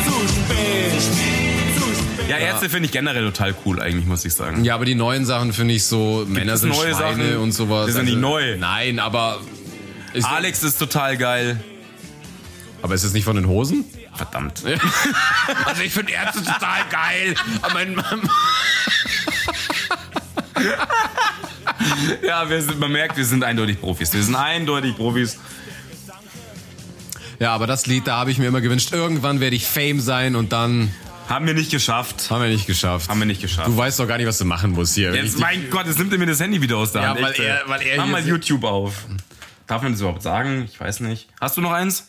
Speaker 15: zu spät, zu spät. Zu spät.
Speaker 2: Ja, Ärzte finde ich generell total cool, eigentlich, muss ich sagen.
Speaker 1: Ja, aber die neuen Sachen finde ich so, Männer
Speaker 2: es
Speaker 1: sind
Speaker 2: neue
Speaker 1: Schweine
Speaker 2: Sachen?
Speaker 1: und sowas. Also
Speaker 2: Die sind nicht neu.
Speaker 1: Nein, aber...
Speaker 2: Alex ist total geil.
Speaker 1: Aber ist es nicht von den Hosen?
Speaker 2: Verdammt.
Speaker 1: Also ich finde Ärzte total geil. Aber mein,
Speaker 2: Ja, wir sind, man merkt, wir sind eindeutig Profis. Wir sind eindeutig Profis.
Speaker 1: ja, aber das Lied, da habe ich mir immer gewünscht, irgendwann werde ich Fame sein und dann...
Speaker 2: Haben wir nicht geschafft.
Speaker 1: Haben wir nicht geschafft.
Speaker 2: Haben wir nicht geschafft.
Speaker 1: Du weißt doch gar nicht, was du machen musst hier. Wenn ich
Speaker 2: Jetzt,
Speaker 1: die-
Speaker 2: mein Gott, jetzt nimmt er mir das Handy wieder aus der
Speaker 1: Ja,
Speaker 2: Hand.
Speaker 1: weil
Speaker 2: Echt,
Speaker 1: er-
Speaker 2: ey.
Speaker 1: weil er
Speaker 2: Mach
Speaker 1: hier
Speaker 2: mal
Speaker 1: se-
Speaker 2: YouTube auf. Darf man das überhaupt sagen? Ich weiß nicht. Hast du noch eins?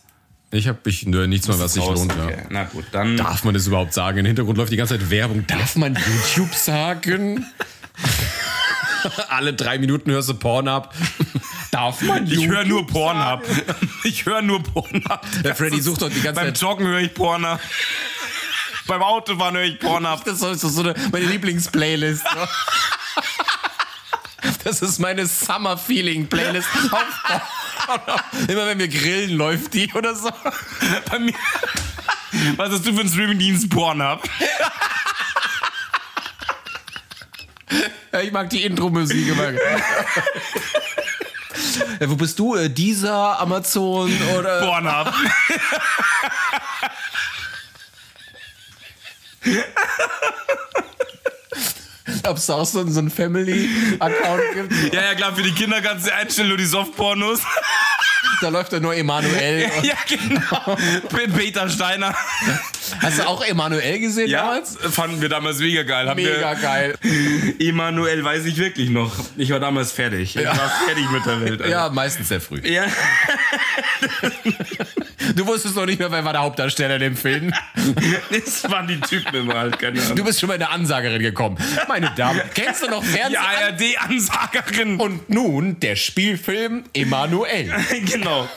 Speaker 1: Ich habe ich, nö, nichts mehr, was sich
Speaker 2: Raus,
Speaker 1: lohnt.
Speaker 2: okay. Na gut, dann.
Speaker 1: Ja. Darf man das überhaupt sagen? Im Hintergrund läuft die ganze Zeit Werbung. Darf man YouTube sagen? Alle drei Minuten hörst du Porn ab. Darf man
Speaker 2: Ich höre nur
Speaker 1: YouTube
Speaker 2: Pornhub.
Speaker 1: sagen?
Speaker 2: Ich höre nur Pornhub.
Speaker 1: Der Freddy sucht doch die ganze
Speaker 2: Beim
Speaker 1: Zeit-
Speaker 2: Joggen höre ich Pornhub. Beim Autofahren höre ich Pornhub.
Speaker 1: Das ist so eine, meine Lieblingsplaylist. Das ist meine Summer Feeling Playlist. Immer wenn wir grillen, läuft die oder so.
Speaker 2: Bei mir. Was hast du für einen Streamingdienst Pornhub?
Speaker 1: Ja, Ich mag die Intro-Musik immer. Ja, Äh, wo bist du? Äh, Dieser, Amazon oder.
Speaker 2: Pornhub.
Speaker 1: Ob es auch so ein, so ein Family-Account gibt?
Speaker 2: Ja, ja, klar, für die Kinder kannst du einstellen, nur die Softpornos.
Speaker 1: Da läuft ja nur Emanuel.
Speaker 2: Ja, genau. Pe- Peter Steiner.
Speaker 1: Hast du auch Emanuel gesehen
Speaker 2: Ja,
Speaker 1: damals?
Speaker 2: fanden wir damals mega geil. Haben
Speaker 1: Mega
Speaker 2: wir,
Speaker 1: geil.
Speaker 2: Emanuel weiß ich wirklich noch. Ich war damals fertig. Ich war fertig mit der Welt. Alter.
Speaker 1: Ja, meistens sehr früh.
Speaker 2: Ja.
Speaker 1: Du wusstest noch nicht mehr, wer war der Hauptdarsteller in dem Film.
Speaker 2: Das waren die Typen immer halt, keine Ahnung.
Speaker 1: Du bist schon mal in der Ansagerin gekommen. Meine Damen, kennst du noch
Speaker 2: die
Speaker 1: Fernsehen?
Speaker 2: ARD-Ansagerin.
Speaker 1: Und nun der Spielfilm Emanuel.
Speaker 2: genau.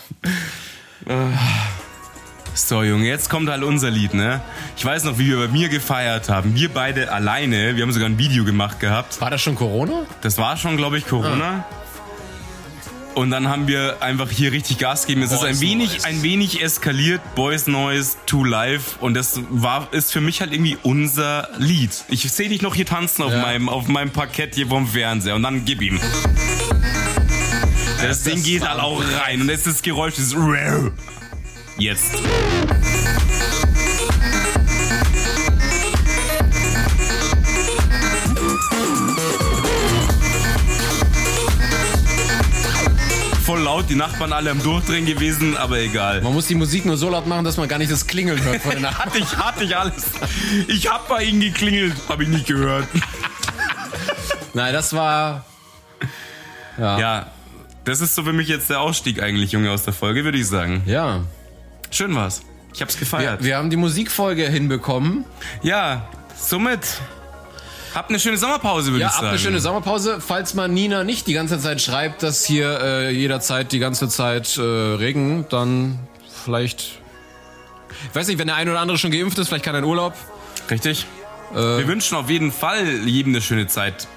Speaker 2: So, Junge, jetzt kommt halt unser Lied, ne? Ich weiß noch, wie wir bei mir gefeiert haben. Wir beide alleine. Wir haben sogar ein Video gemacht gehabt.
Speaker 1: War das schon Corona?
Speaker 2: Das war schon, glaube ich, Corona. Und dann haben wir einfach hier richtig Gas gegeben. Es ist ein
Speaker 1: Boys
Speaker 2: wenig,
Speaker 1: Noise.
Speaker 2: ein wenig eskaliert. Boys Noise, Two Life. Und das war, ist für mich halt irgendwie unser Lied. Ich sehe dich noch hier tanzen auf,
Speaker 1: Ja.
Speaker 2: meinem, auf meinem Parkett hier vom Fernseher. Und dann gib ihm. Das Ding geht halt auch rein. Und jetzt das Geräusch ist. Jetzt. Voll laut, die Nachbarn alle am Durchdrehen gewesen, aber egal.
Speaker 1: Man muss die Musik nur so laut machen, dass man gar nicht das Klingeln hört von den Nachbarn.
Speaker 2: Hatte ich, hatte ich alles. Ich hab bei ihnen geklingelt, hab ich nicht gehört.
Speaker 1: Nein, das war.
Speaker 2: Ja, das ist so für mich jetzt der Ausstieg eigentlich, Junge, aus der Folge, würde ich sagen.
Speaker 1: Ja.
Speaker 2: Schön war's. Ich hab's gefeiert.
Speaker 1: Wir, wir haben die Musikfolge hinbekommen.
Speaker 2: ja, somit. Habt eine schöne Sommerpause, würde
Speaker 1: Ja,
Speaker 2: ich
Speaker 1: habt
Speaker 2: sagen.
Speaker 1: eine schöne Sommerpause. Falls man Nina nicht die ganze Zeit schreibt, dass hier äh, jederzeit die ganze Zeit äh, Regen, dann vielleicht. Ich weiß nicht, wenn der eine oder andere schon geimpft ist, vielleicht kann er in Urlaub.
Speaker 2: Richtig.
Speaker 1: Äh,
Speaker 2: wir wünschen auf jeden Fall jedem eine schöne Zeit.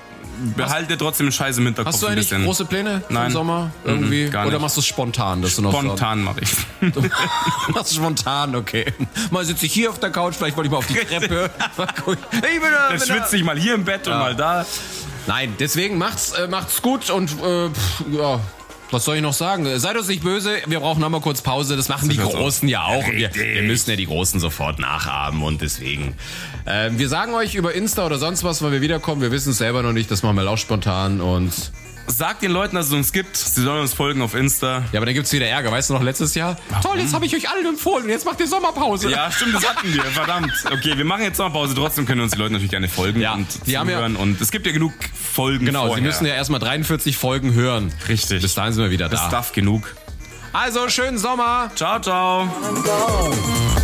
Speaker 2: Behalte trotzdem Scheiße im Hinterkopf
Speaker 1: Hast du
Speaker 2: ein
Speaker 1: eigentlich
Speaker 2: bisschen.
Speaker 1: große Pläne
Speaker 2: Nein.
Speaker 1: im Sommer
Speaker 2: Mhm,
Speaker 1: irgendwie?
Speaker 2: gar
Speaker 1: Oder
Speaker 2: nicht.
Speaker 1: machst du es spontan? Dass du noch
Speaker 2: Spontan mache ich.
Speaker 1: machst du spontan, okay. Mal sitze ich hier auf der Couch, vielleicht wollte ich mal auf die Treppe. Mal gucken. ich bin da,
Speaker 2: Dann
Speaker 1: bin da.
Speaker 2: schwitze ich mal hier im Bett und mal da.
Speaker 1: Nein, deswegen macht's, äh, macht's gut und äh, pff, ja. Was soll ich noch sagen? Äh, Seid uns nicht böse, wir brauchen nochmal kurz Pause. Das machen die
Speaker 2: hört's auf.
Speaker 1: Großen ja auch. Wir, wir müssen ja die Großen sofort nachahmen und deswegen. Ähm, wir sagen euch über Insta oder sonst was, wenn wir wiederkommen. Wir wissen es selber noch nicht, das machen wir auch spontan. Und
Speaker 2: Sagt den Leuten, dass es uns gibt. Sie sollen uns folgen auf Insta.
Speaker 1: ja, aber dann gibt's wieder Ärger. Weißt du noch, letztes Jahr? Toll, jetzt habe ich euch allen empfohlen. Jetzt macht ihr Sommerpause.
Speaker 2: Ja, stimmt, das hatten wir. Verdammt. Okay, wir machen jetzt Sommerpause. Trotzdem können uns die Leute natürlich gerne folgen
Speaker 1: Ja,
Speaker 2: und
Speaker 1: die haben ja-
Speaker 2: zuhören. und es gibt ja genug Folgen
Speaker 1: Genau,
Speaker 2: vorher.
Speaker 1: sie müssen ja erstmal 43 Folgen hören.
Speaker 2: Richtig.
Speaker 1: Bis dahin sind wir wieder
Speaker 2: Das
Speaker 1: da.
Speaker 2: darf genug.
Speaker 1: Also, schönen Sommer.
Speaker 2: Ciao, ciao.
Speaker 10: I'm gone.